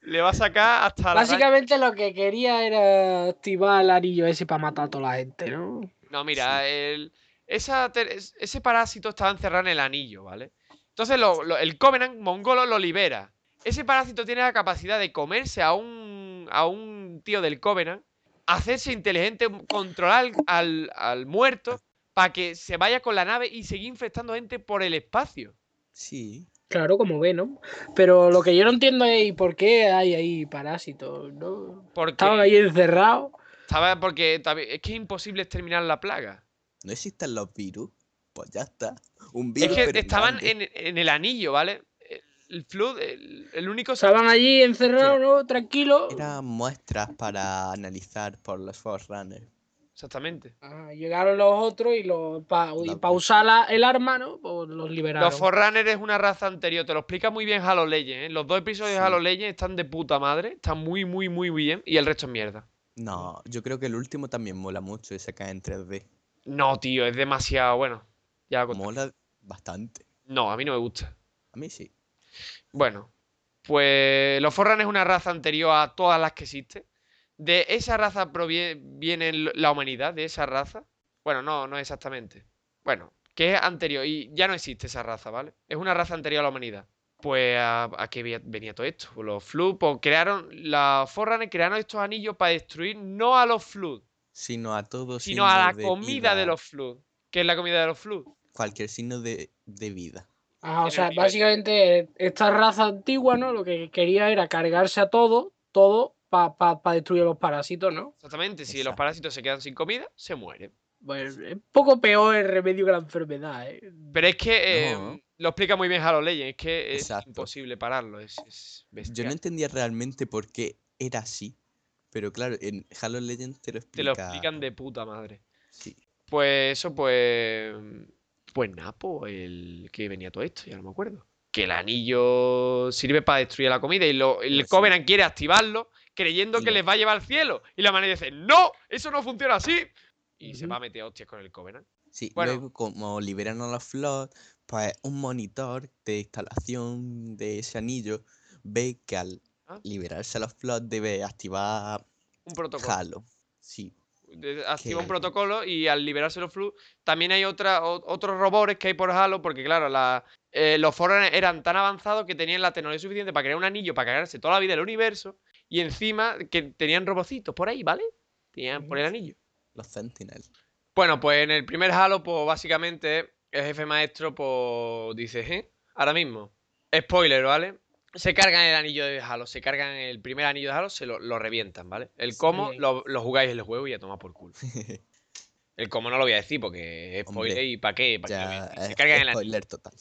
Le va a sacar hasta la raya-
Básicamente lo que quería era activar el anillo ese para matar a toda la gente, ¿no?
No, mira, el- esa ter- es- ese parásito estaba encerrado en el anillo, ¿vale? Entonces lo- lo- el Covenant mongolo lo libera. Ese parásito tiene la capacidad de comerse a un, a un tío del Covenant, hacerse inteligente, controlar al, al- al muerto para que se vaya con la nave y seguir infectando gente por el espacio.
sí.
Claro, como Venom. Pero lo que yo no entiendo es ¿y por qué hay ahí parásitos, ¿no?
Porque
Estaban ahí encerrados.
estaba porque tabi- es que es imposible exterminar la plaga.
¿No existen los virus? Pues ya está. Un
Es
virus.
que
pero
estaban
grande.
en, en el anillo, ¿vale? El, el Flood, el, el único
Estaban allí encerrados, ¿no? Tranquilos.
Eran muestras para analizar por los Forerunners.
Exactamente.
Ah, llegaron los otros y los pa, y
La-
pa usar la- el arma, ¿no? Pues los liberaron.
Los Forerunners es una raza anterior, te lo explica muy bien Halo Legends, ¿eh? Los dos episodios
Sí.
de Halo Legends están de puta madre, están muy, muy, muy bien, y el resto es mierda.
No, yo creo que el último también mola mucho ese que es en 3D.
No, tío, es demasiado bueno. Ya lo conté.
Mola bastante.
No, a mí no me gusta.
A mí sí.
Bueno, pues los Forran es una raza anterior a todas las que existe. De esa raza provie- viene l- la humanidad, de esa raza. Bueno, no, no exactamente. Bueno, que es anterior y ya no existe esa raza, ¿vale? Es una raza anterior a la humanidad. Pues a, a qué vi- venía todo esto. Pues Los Flood, pues crearon, la Forranes crearon estos anillos para destruir no a los Flood,
Sino a todos.
sino a la comida de los Flood. ¿Qué es la comida de los Flood?
Cualquier signo de, de vida.
Ah,
en
o
el
sea,
universo.
básicamente esta raza antigua, ¿no? Lo que quería era cargarse a todo, todo, para destruir a los parásitos, ¿no?
Exactamente, si los
Exacto.
parásitos se quedan sin comida, se mueren.
Pues es poco peor el remedio que la enfermedad, ¿eh?
Pero es que eh,
No.
lo explica muy bien Halo Legends, es que es
Exacto.
imposible pararlo, es, es
Yo
bestial.
no entendía realmente por qué era así. Pero claro, en Halo Legends te lo explica.
Te lo explican de puta madre.
Sí.
Pues eso, pues. Pues Napo, el que venía todo esto, ya no me acuerdo. Que el anillo sirve para destruir la comida y lo- el
Pues sí.
Covenant quiere activarlo creyendo
Y
que
lo-
les va a llevar al cielo. Y la humanidad dice: ¡No! ¡Eso no funciona así! Y se
Ujú.
va a meter a hostias con el Covenant.
Sí,
Bueno.
luego como liberan a los Flood, pues un monitor de instalación de ese anillo ve que al
Ah.
liberarse a los flots debe activar
Un protocolo.
Halo. Sí.
de- activa un
Que-
protocolo y al liberarse los flux también hay otra, o- otros robores que hay por Halo porque claro la- eh, los Forerunners eran tan avanzados que tenían la tecnología suficiente para crear un anillo para cargarse toda la vida del universo y encima que tenían robocitos por ahí vale tenían por el anillo
Los Sentinels.
bueno pues en el primer Halo pues básicamente el jefe maestro pues dice "Eh, ahora mismo spoiler vale se cargan el anillo de Halo, se cargan el primer anillo de Halo, se lo, lo revientan, ¿vale? El cómo
Sí.
lo, lo jugáis en el juego y a tomar por culo. El Eh, cómo no lo voy a decir porque es spoiler
Hombre,
y para qué. ¿Pa qué lo voy
ya
a decir?
es
se cargan en la...
spoiler total.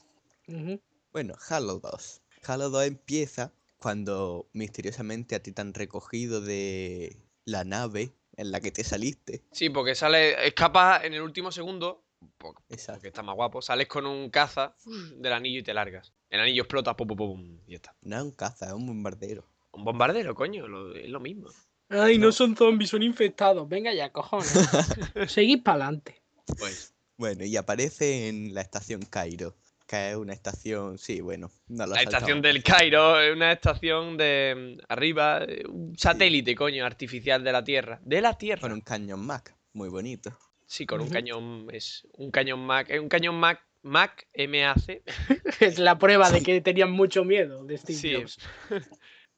Ujú.
Bueno, Halo 2. Halo 2 empieza cuando misteriosamente a ti te han recogido de la nave en la que te saliste.
Sí, porque sale, escapas en el último segundo, po-
Exacto.
porque está más guapo, sales con un caza uf, del anillo y te largas. El anillo explota, pum, pum, pum, y ya está.
No es un caza, es un bombardero.
Un bombardero, coño, lo- es lo mismo.
Ay, no.
No.
son zombies, son infectados. Venga ya, cojones. Seguid para adelante.
Pues,
Bueno, y aparece en la estación Cairo, que es una estación, sí, bueno, no lo
la estación
saltamos.
del Cairo es una estación de mm, arriba, eh, un satélite, coño, artificial de la Tierra. De la Tierra.
Con un cañón Mac, muy bonito.
Sí, con un
Ujú.
cañón, es un cañón Mac, es un cañón Mac, Mac MAC,
Es la prueba de que tenían mucho miedo de Steve
Sí,
Jobs.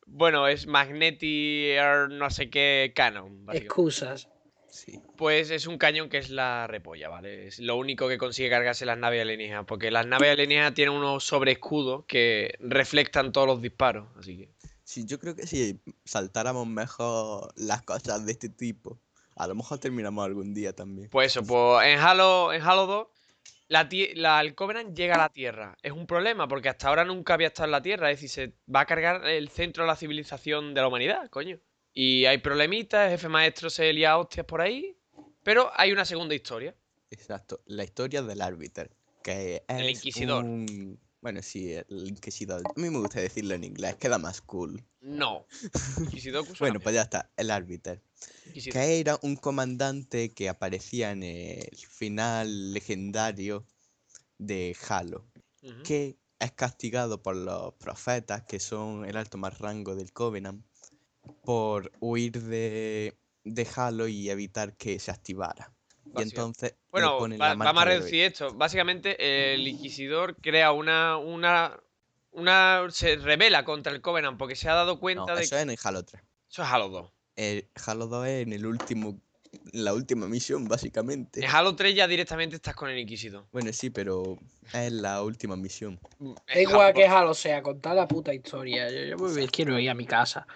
Bueno, es Magneti Air no sé qué Canon. básicamente.
Excusas.
Sí.
Pues es un cañón que es la repolla, ¿vale? Es lo único que consigue cargarse las naves alienígenas, porque las naves alienígenas tienen unos sobreescudos que reflectan todos los disparos, así que...
Sí, yo creo que si saltáramos mejor las cosas de este tipo, a lo mejor terminamos algún día también.
Pues eso, pues en Halo, en Halo 2, la, tie- la, el Covenant llega a la Tierra. Es un problema, porque hasta ahora nunca había estado en la Tierra. Es decir, se va a cargar el centro de la civilización de la humanidad, coño. Y hay problemitas, el jefe maestro se lía a hostias por ahí, pero hay una segunda historia.
Exacto, la historia del árbitro, que es
El Inquisidor.
un- Bueno, sí, el Inquisidor. A mí me gusta decirlo en inglés, queda más cool.
No. Kisidoku suena
Bueno,
bien.
pues ya está, el árbitro.
Kisidoku.
Que era un comandante que aparecía en el final legendario de Halo,
Ujú.
que es castigado por los profetas, que son el alto más rango del Covenant, por huir de, de Halo y evitar que se activara. Y
Básicamente.
entonces le
Bueno,
ponen
va-
la marca
vamos a
del
reducir esto. Básicamente, el Inquisidor crea una, una, una... Se revela contra el Covenant porque se ha dado
No,
cuenta de
eso
que...
es en el Halo 3.
Eso es Halo 2.
El Halo 2 es en el último, la última misión, básicamente.
En Halo 3 ya directamente estás con el Inquisidor. Mm,
Bueno, sí, pero es la última misión.
En
Da igual
Halo
que
2.
Halo sea, contar la puta historia. Yo, yo me- quiero ir a mi casa.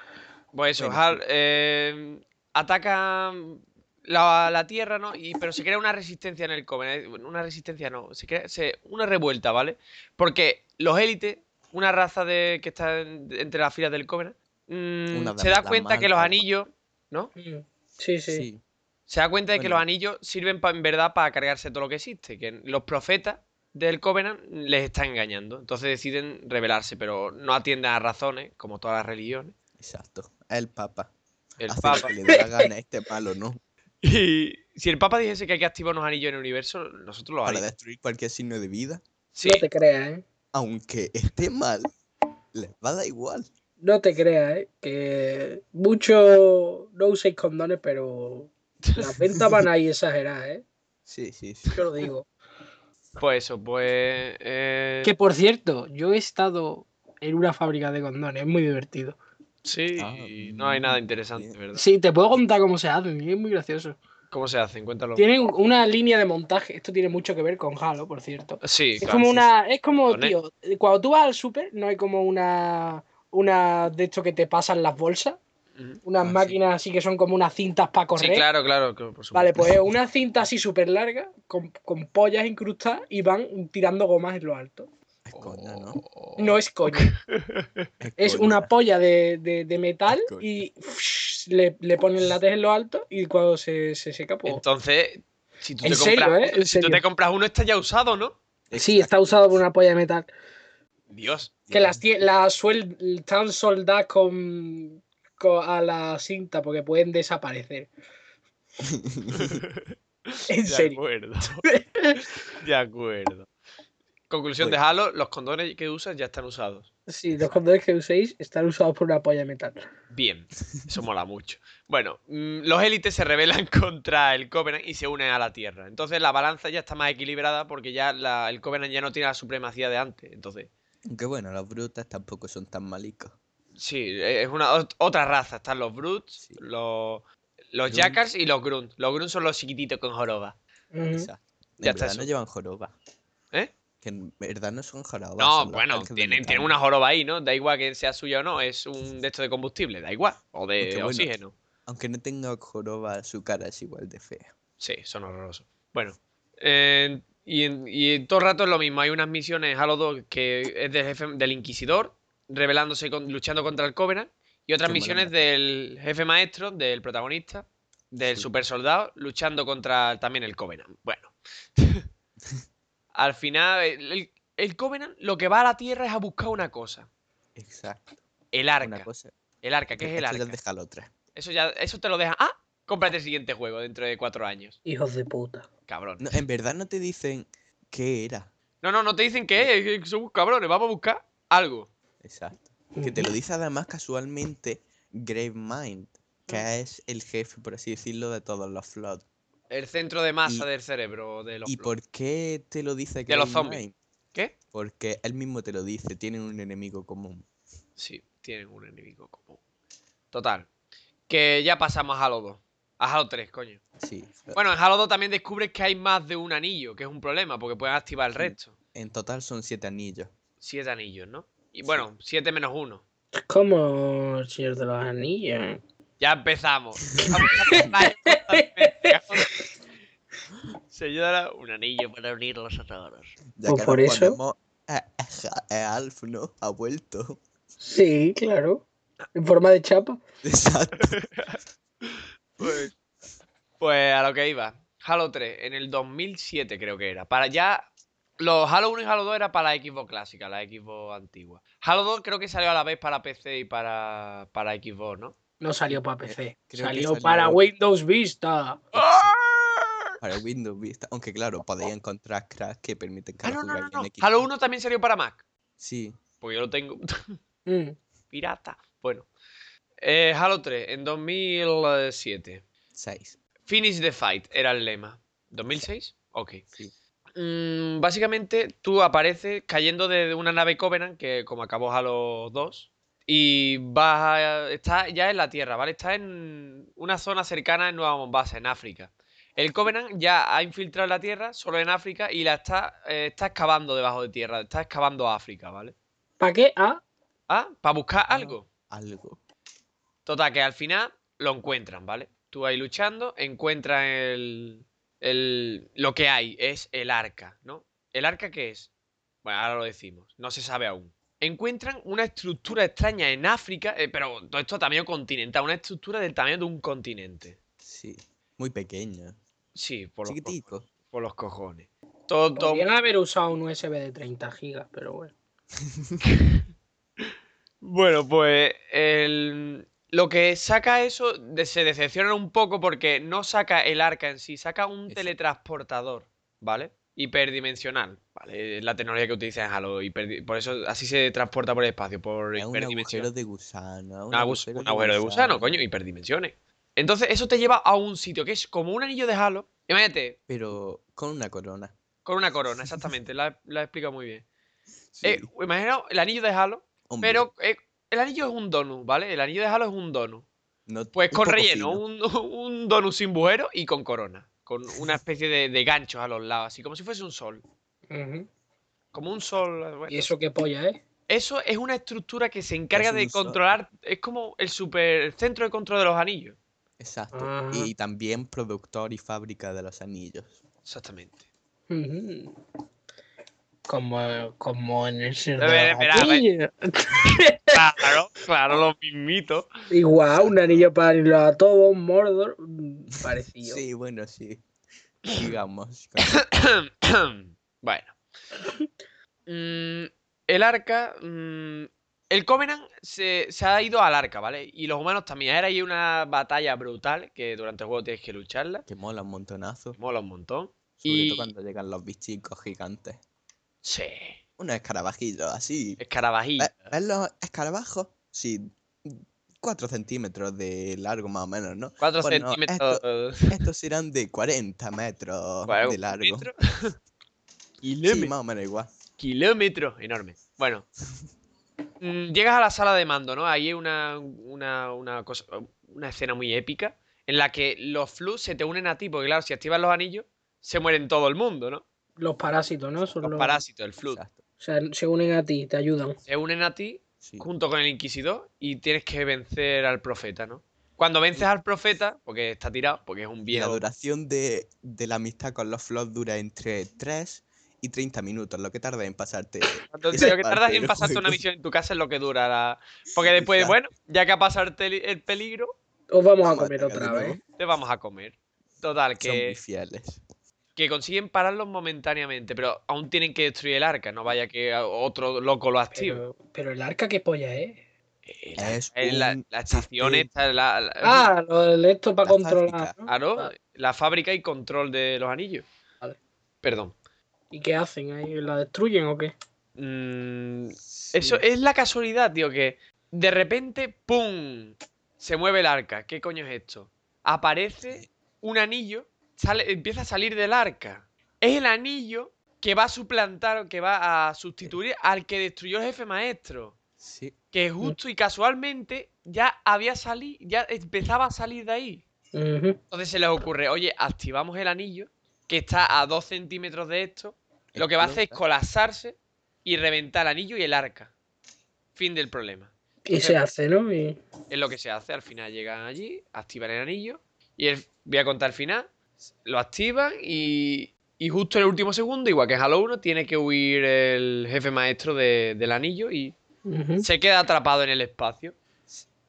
Pues eso,
Bueno,
Hal- eh, ataca mm, la, la Tierra, ¿no? Y, pero se crea una resistencia en el Covenant. Bueno, Una resistencia no, se crea se- una revuelta, ¿vale? Porque los élites, una raza de que está en- entre las filas del Covenant, mm,
Una de
se
las-
da
las
cuenta
más
que los
altas, ¿no?
anillos, ¿no?
Mm. Sí, sí.
Sí,
Se da cuenta de que
Bueno.
los anillos sirven pa- en verdad para cargarse todo lo que existe, que los profetas del Covenant les están engañando. Entonces deciden rebelarse, pero no atienden a razones, como todas las religiones.
exacto. Es el Papa.
El
Hace
Papa.
lo que le dé la gana a este palo, ¿no?
Y si el Papa dijese que hay que activar unos anillos en el universo, nosotros lo
Para
haríamos.
destruir cualquier signo de vida.
Sí,
No te creas, ¿eh?
Aunque esté mal, les va a dar igual.
No te creas, ¿eh? Que mucho no uséis condones, pero las ventas van ahí exageradas, ¿eh?
Sí, sí, sí.
Yo lo digo.
pues eso, pues. eh,
Que por cierto, yo he estado en una fábrica de condones, es muy divertido.
Sí,
Ah,
y no hay nada
bien.
interesante, ¿verdad?
Sí, te puedo contar cómo se hacen, y es muy gracioso.
¿Cómo se hacen? Cuéntalo.
Tienen una línea de montaje, esto tiene mucho que ver con Halo, por cierto.
Sí,
Es
claro,
como
sí,
una, es como,
Condones.
tío, cuando tú vas al súper, no hay como una, una de esto que te pasan las bolsas,
sí. Ujú.
unas
Ah, sí.
máquinas así que son como unas cintas para
Sí,
correr.
claro, claro, que- por supuesto.
Vale, pues es una cinta así súper larga, con, con pollas incrustadas y van tirando gomas en lo alto.
Es coña, ¿no?
Oh.
pues, No es coño. Es
coña.
una polla de, de- de metal
coña.
y uff, le, le ponen látex en lo alto y cuando se, se seca, pues.
Entonces, si tú,
En
te,
serio,
compras,
¿eh? En
si tú
serio.
te compras uno, está ya usado, ¿no?
Sí, está usado por una polla de metal.
Dios.
Que las, tie- las suel- están soldadas con, con- a la cinta porque pueden desaparecer. En
de
serio.
pues.
acuerdo. de acuerdo. Conclusión de Halo, los condones que usas ya están usados.
Sí, los condones que uséis están usados por una polla de metal.
Bien, eso mola mucho. Bueno, mm, los élites se rebelan contra el Covenant y se unen a la Tierra. Entonces la balanza ya está más equilibrada porque ya la- el Covenant ya no tiene la supremacía de antes. Entonces,
Aunque bueno, los brutas tampoco son tan malicos.
sí, e-, es una ot- otra raza. Están los Brutes, los, los
Grunt.
Jackals y los Grunt. Los Grunt son los chiquititos con joroba.
Ujú.
Esa. En
Ya está
verdad no
eso.
llevan joroba.
¿eh?
Que en verdad no son jorobas.
No,
son los
bueno,
tanques de
tienen, tienen
metal.
una joroba ahí, ¿no? Da igual que sea suya o no, es un de esto de combustible, da igual. O de
Aunque bueno.
oxígeno.
Aunque no tenga joroba, su cara es igual de fea.
Sí, son horrorosos. Bueno, eh, y, en, y en todo el rato es lo mismo. Hay unas misiones en Halo 2 que es del jefe del Inquisidor, rebelándose, con- luchando contra el Covenant, y otras
Qué mala
misiones
mierda.
del jefe maestro, del protagonista, del
Sí.
super soldado, luchando contra también el Covenant. Bueno, al final, el, el- el Covenant lo que va a la Tierra es a buscar una cosa:
Exacto.
el
Una
arca.
cosa.
El arca, ¿qué es el
Esto ya
arca?
es de Halo 3.
Eso ya, eso te lo deja. Ah, cómprate el siguiente juego dentro de cuatro años,
Hijos de puta.
cabrón.
No, en verdad no te dicen qué era.
No, no, no te dicen que es, que somos cabrones, vamos a buscar algo.
Exacto. Que te lo dice además casualmente Gravemind,
Mm.
que es el jefe, por así decirlo, de todos los Flood.
El centro de masa
Y-
del cerebro de los
¿Y por qué te lo dice
De los zombies.
Gravemind?
¿Qué?
Porque él mismo te lo dice, tienen un enemigo común.
Sí, tienen un enemigo común. Total. Que ya pasamos a Halo 2. A Halo 3, coño.
Sí. eh,
Bueno, en Halo 2 también descubres que hay más de un anillo, que es un problema, porque pueden activar el
Sí.
resto.
En total son siete anillos.
Siete anillos, ¿no? Y bueno, siete menos uno.
Es como el Señor de los Anillos.
Ya empezamos. Vamos a hacer daño. Señora, un anillo para unir los todos.
Ya
Pues
que
por
nos
eso.
ponemos- Eh, eh, ja- eh, Alf, ¿no? Ha vuelto.
Sí, claro. En forma de chapa.
Exacto.
Pues, pues a lo que iba. Halo 3, en el 2007 creo que era. Para ya. Los Halo 1 y Halo 2 era para la Xbox clásica, la Xbox antigua. Halo 2 creo que salió a la vez para PC y para, para Xbox, ¿no?
No salió para
Eh,
PC.
creo que
Salió,
salió-
para Windows Vista.
Para Windows Vista. Aunque claro, podéis encontrar cracks que permiten que
Ah,
lo
no, no, no,
jugáis
no.
en Xbox.
Halo 1 también salió para Mac.
Sí.
Pues yo lo tengo.
Mm.
Pirata. Bueno. Eh, Halo 3, en 2007.
6.
Finish the fight era el lema. ¿2006? Ok.
Sí.
Mm, básicamente, tú apareces cayendo de una nave Covenant, que como acabó Halo 2, y vas a. Estás ya en la Tierra, ¿vale? Estás en una zona cercana en Nueva Mombasa, en África. El Covenant ya ha infiltrado la Tierra, solo en África, y la está, eh, está excavando debajo de tierra, está excavando África, ¿vale?
¿Para qué? Ah,
Ah, para buscar
Ah.
algo.
Algo.
Total, que al final lo encuentran, ¿vale? Tú ahí luchando, encuentran el, el- Lo que hay es el arca, ¿no? ¿El arca qué es? Bueno, ahora lo decimos, no se sabe aún. Encuentran una estructura extraña en África, eh, pero todo esto a tamaño continental, una estructura del tamaño de un continente.
Sí. Muy pequeño.
Sí, por los, co-
Chiquitico.
por los cojones. Todo, todo-
podrían haber usado un USB de 30 gigas, pero bueno.
Bueno, pues el- lo que saca eso de- se decepcionan un poco porque no saca el arca en sí, saca un
Eso.
teletransportador, ¿vale? Hiperdimensional, ¿vale? Es la tecnología que utiliza en Halo, hiperdi- por eso así se transporta por el espacio, por
Es un
hiperdimensión.
agujero de gusano.
Un
Un
agu- un agujero de gusano, coño, hiperdimensiones. Entonces eso te lleva a un sitio que es como un anillo de Halo. Imagínate,
Pero con una corona.
con una corona, exactamente, la, la he explicado muy bien.
Sí.
Eh, imagina el anillo de Halo,
Hombre,
pero eh, el anillo es un donut, ¿vale? El anillo de Halo es un donut.
no-
Pues
un
con
poco
relleno,
fino.
un, un donut sin bujero y con corona. Con una especie de, de ganchos a los lados, así como si fuese un sol.
Ujú.
Como un sol. eh, bueno.
¿Y eso qué polla es?
Eso es una estructura que se encarga
es
de
un sol.
controlar. Es como el super el centro de control de los anillos.
Exacto.
Ajá.
Y también productor y fábrica de los anillos.
Exactamente.
Ujú. Como, como en el Señor
A ver,
de los
espera, a ver.
Anillos.
Claro, claro, los mismitos.
Igual, un anillo para irlo a todo, un Mordor. mm, Parecido.
Sí, bueno, sí. Digamos. con-
bueno. Mm, el arca. mm, el Covenant se, se ha ido al arca, ¿vale? Y los humanos también. Era ahí una batalla brutal que durante el juego tienes que lucharla.
Que mola un montonazo.
Mola un montón.
Sobre
Y-
todo cuando llegan los bichicos gigantes.
Sí.
Unos escarabajillos así.
Escarabajillo.
¿Ves, ves los escarabajos? Sí, 4 centímetros de largo más o menos, ¿no?
4
pues no,
centímetros.
Estos serán de 40 metros
Bueno,
de largo.
metro.
Sí,
Kilómetro.
más o menos igual.
Kilómetro. Enorme. Bueno. Mm, Llegas a la sala de mando, ¿no? Ahí hay una, una, una, cosa, una escena muy épica en la que los flus se te unen a ti, porque claro, si activas los anillos, se mueren todo el mundo, ¿no?
Los parásitos, ¿no? Son
Los
los-
parásitos, el flu.
Exacto.
O sea, se unen a ti, te ayudan.
Se unen a ti
Sí.
junto con el inquisidor y tienes que vencer al profeta, ¿no? Cuando vences al profeta, porque está tirado, porque es un
La
viejo.
duración de, de la amistad con los flots dura entre 3 y 30 minutos, lo que tarda en pasarte.
Cuando-
esa
lo que
parte
tardas en
del
pasarte una
juego.
misión en tu casa es lo que dura la... Porque después,
Exacto.
bueno, ya que ha pasado el, teli- el peligro,
Os vamos a
Vamos a
comer
atacar de
otra
nuevo.
vez.
te vamos a comer. Total,
Son muy
que,
fieles.
que consiguen pararlos momentáneamente, pero aún tienen que destruir el arca, no vaya que a- otro loco lo active.
Pero, pero el arca, qué polla eh? es.
El arca,
Es
eh, la,
un
la estación
sistema.
esta, la, la-
Ah, lo del esto para
La
controlar.
fábrica.
¿no?
claro,
vale.
la fábrica y control de los anillos.
Vale.
Perdón.
¿Y qué hacen ahí? ¿La destruyen o qué?
Mm, Eso es la casualidad, tío, que de repente, ¡pum! Se mueve el arca. ¿Qué coño es esto? Aparece un anillo, sale, empieza a salir del arca. Es el anillo que va a suplantar o que va a sustituir al que destruyó el jefe maestro.
Sí.
Que justo y casualmente ya había salido, ya empezaba a salir de ahí.
Ujú.
Entonces se les ocurre, oye, activamos el anillo, que está a dos centímetros de esto, lo que va a hacer es
Explota.
colapsarse y reventar el anillo y el arca. Fin del problema.
Y se hace, ¿no? Y-
Es lo que se hace. Al final llegan allí, activan el anillo y el- voy a contar el final. Lo activan y, y justo en el último segundo, igual que en Halo 1, tiene que huir el jefe maestro de- del anillo y
ujú.
se queda atrapado en el espacio.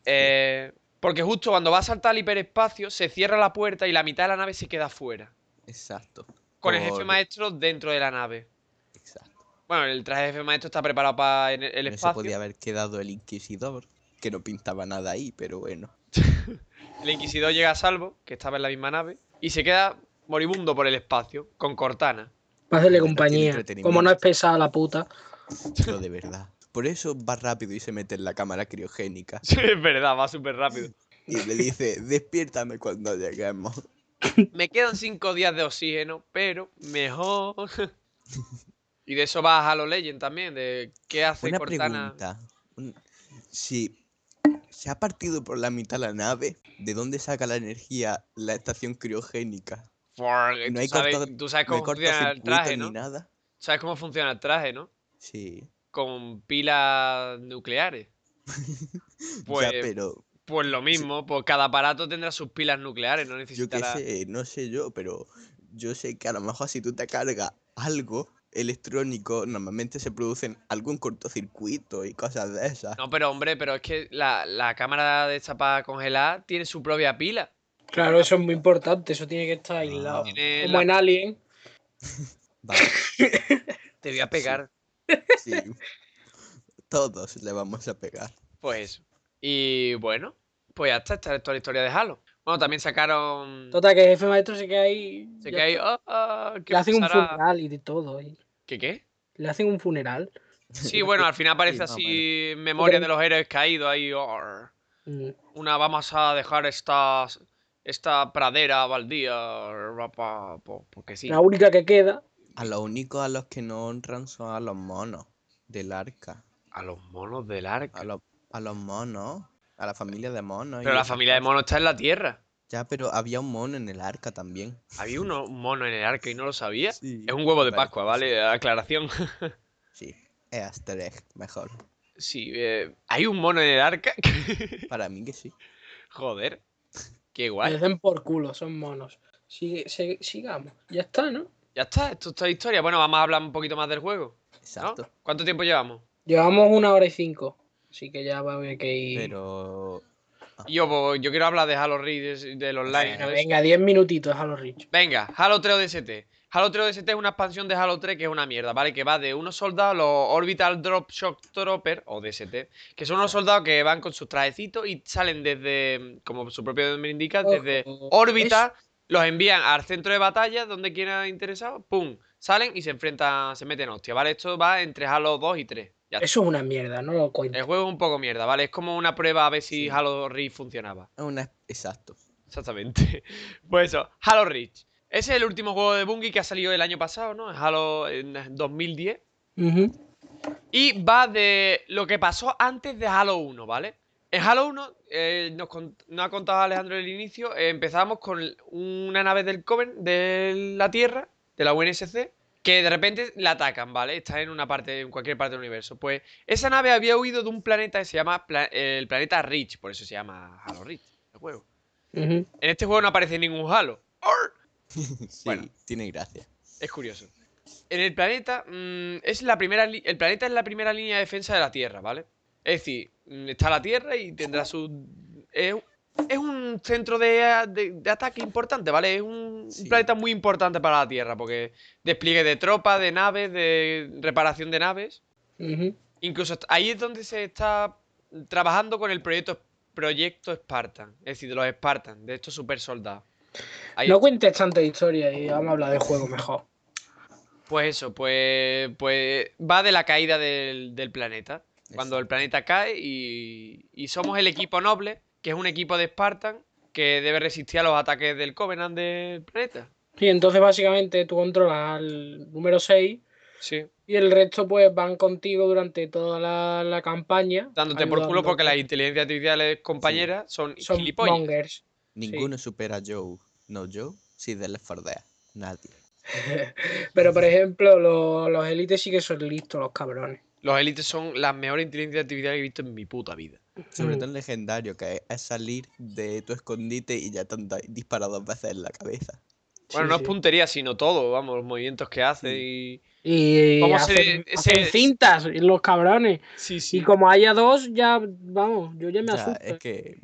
Eh, porque justo cuando va a saltar al hiperespacio, se cierra la puerta y la mitad de la nave se queda fuera.
Exacto.
Con el jefe
Por-
maestro dentro de la nave.
Exacto.
Bueno, el traje de jefe maestro está preparado para el, el
No se
espacio.
podía haber quedado el inquisidor, que no pintaba nada ahí, pero bueno.
El inquisidor llega a salvo, que estaba en la misma nave, y se queda moribundo por el espacio, con Cortana.
Para hacerle
Pero tiene
compañía.
entretenimiento.
Como no es pesada la puta.
Lo de verdad. Por eso va rápido y se mete en la cámara criogénica.
Sí, es verdad, va súper rápido.
Y le dice, despiértame cuando lleguemos.
Me quedan cinco días de oxígeno, pero mejor. y de eso va Halo Legend también, de qué hace
Una
Cortana.
pregunta. un- Si se ha partido por la mitad la nave, ¿de dónde saca la energía la estación criogénica?
Porque
No
tú,
hay
sabes,
corto-
tú sabes
No hay
cómo funciona el
cortocircuito
traje,
ni
¿no?
nada.
Sabes cómo funciona el traje, ¿no?
Sí.
Con pilas nucleares. Pues,
ya, pero
Pues lo mismo, pues cada aparato tendrá sus pilas nucleares, no
yo qué
necesitará.
sé, no sé yo, pero yo sé que a lo mejor si tú te cargas algo electrónico, normalmente se producen algún cortocircuito y cosas de esas.
No, pero hombre, pero es que la, la cámara de esta para congelar tiene su propia pila.
Claro, eso es muy importante. Eso tiene que estar aislado.
Tiene
Como
la-
en Alien.
Vale,
Te voy a pegar.
sí. Todos le vamos a pegar.
Pues eso. Y bueno, pues ya está, esta es toda la historia de Halo. Bueno, también sacaron.
Total, que el jefe maestro se queda ahí.
Se
ya
que hay.
está.
ah, ah, ¿qué
Le hacen un
pasará?
funeral y de todo. y-
¿Qué qué?
Le hacen un funeral.
Sí, bueno, al final aparece
más o menos.
así memoria de los héroes caídos ahí. or.
Mm.
Una vamos a dejar esta, esta pradera baldía. ra, pa, po- Porque sí.
La única que queda.
A los únicos a los que no honran son a los monos del arca.
A los monos del arca.
A los, a los monos. A la familia de monos. y
Pero la
esas
familia de
cosas.
monos está en la Tierra.
Ya, pero había un mono en el arca también.
Había uno- un mono en el arca y no lo sabía.
Sí,
Es un huevo de
me parece
Pascua,
que
¿vale? Aclaración.
Sí, es Easter egg, mejor.
Sí, eh, hay un mono en el arca.
Para mí que sí.
Joder. Qué
Le
guay.
dicen por culo, son monos. Sigue- sigue- sigamos. Ya está, ¿no?
Ya está, esto es toda la historia. Bueno, vamos a hablar un poquito más del juego. ¿no?
Exacto.
¿Cuánto tiempo llevamos?
Llevamos una hora y cinco. Así que ya va a haber que ir.
Pero. Ah.
Yo, pues, yo quiero hablar de Halo Reach, de- del online. y
Venga,
todo eso.
venga, 10 minutitos a los rich.
Venga, Halo 3 ODST. Halo 3 ODST es una expansión de Halo 3 que es una mierda, ¿vale? Que va de unos soldados, los Orbital Drop Shock Trooper, o DST, que son unos soldados que van con sus trajecitos y salen desde, como su propio nombre indica, desde
Ojo,
órbita Los envían al centro de batalla donde quiera interesado, pum, salen y se enfrentan, se meten hostia, ¿vale? Esto va entre Halo 2 y 3. Ya está.
Eso es una mierda, no lo cuento.
El juego es un poco mierda, ¿vale? Es como una prueba a ver si
Sí.
Halo Reach funcionaba.
Es una... Exacto.
Exactamente. Pues eso, Halo Reach. Ese es el último juego de Bungie que ha salido el año pasado, ¿no? En Halo en 2010.
Ujú.
Y va de lo que pasó antes de Halo 1, ¿vale? En Halo 1, eh, nos, cont- nos ha contado Alejandro en el inicio, eh, empezamos con una nave del Coven de la Tierra, de la UNSC, que de repente la atacan, ¿vale? Está en una parte, en cualquier parte del universo. Pues esa nave había huido de un planeta que se llama pla- el planeta Reach, por eso se llama Halo Reach, el juego.
Ujú.
En este juego no aparece ningún Halo. ¡Arr!
Sí,
Bueno.
tiene gracia.
Es curioso. En el planeta, mm, es la primera li- el planeta es la primera línea de defensa de la Tierra, ¿vale? Es decir, mm, está la Tierra y tendrá su... Es, es un centro de, de- de ataque importante, ¿vale? Es un, un
Sí.
planeta muy importante para la Tierra, porque despliegue de tropas, de naves, de reparación de naves.
Ujú.
Incluso est- ahí es donde se está trabajando con el proyecto, proyecto Spartan, es decir, de los Spartans, de estos super soldados. Ahí
No cuentes tanta historia y vamos a hablar del juego mejor.
Pues eso, pues, pues va de la caída del, del planeta. Cuando el planeta cae y, y somos el equipo noble, que es un equipo de Spartan que debe resistir a los ataques del Covenant del planeta.
Y entonces básicamente tú controlas al número 6
Sí,
y el resto pues van contigo durante toda la, la campaña.
dándote por culo
ayudando.
porque las inteligencias artificiales compañeras son,
son
gilipollas.
mongers.
Ninguno supera a Joe. No, Joe. Sí, de la fardea. Nadie.
Pero por ejemplo, los, los élites sí que son listos, los cabrones.
Los élites son las mejores inteligencias artificiales que he visto en mi puta vida.
Sobre
Mm.
todo el legendario, que es salir de tu escondite y ya te han da- disparado dos veces en la cabeza.
Bueno,
Sí,
no es
sí.
puntería, sino todo, vamos, los movimientos que hace y...
Y
¿Cómo se-
hacen,
se-
hacen cintas, los cabrones.
Sí,
Y como haya dos, ya, vamos, yo ya me
Ya,
asusto.
es que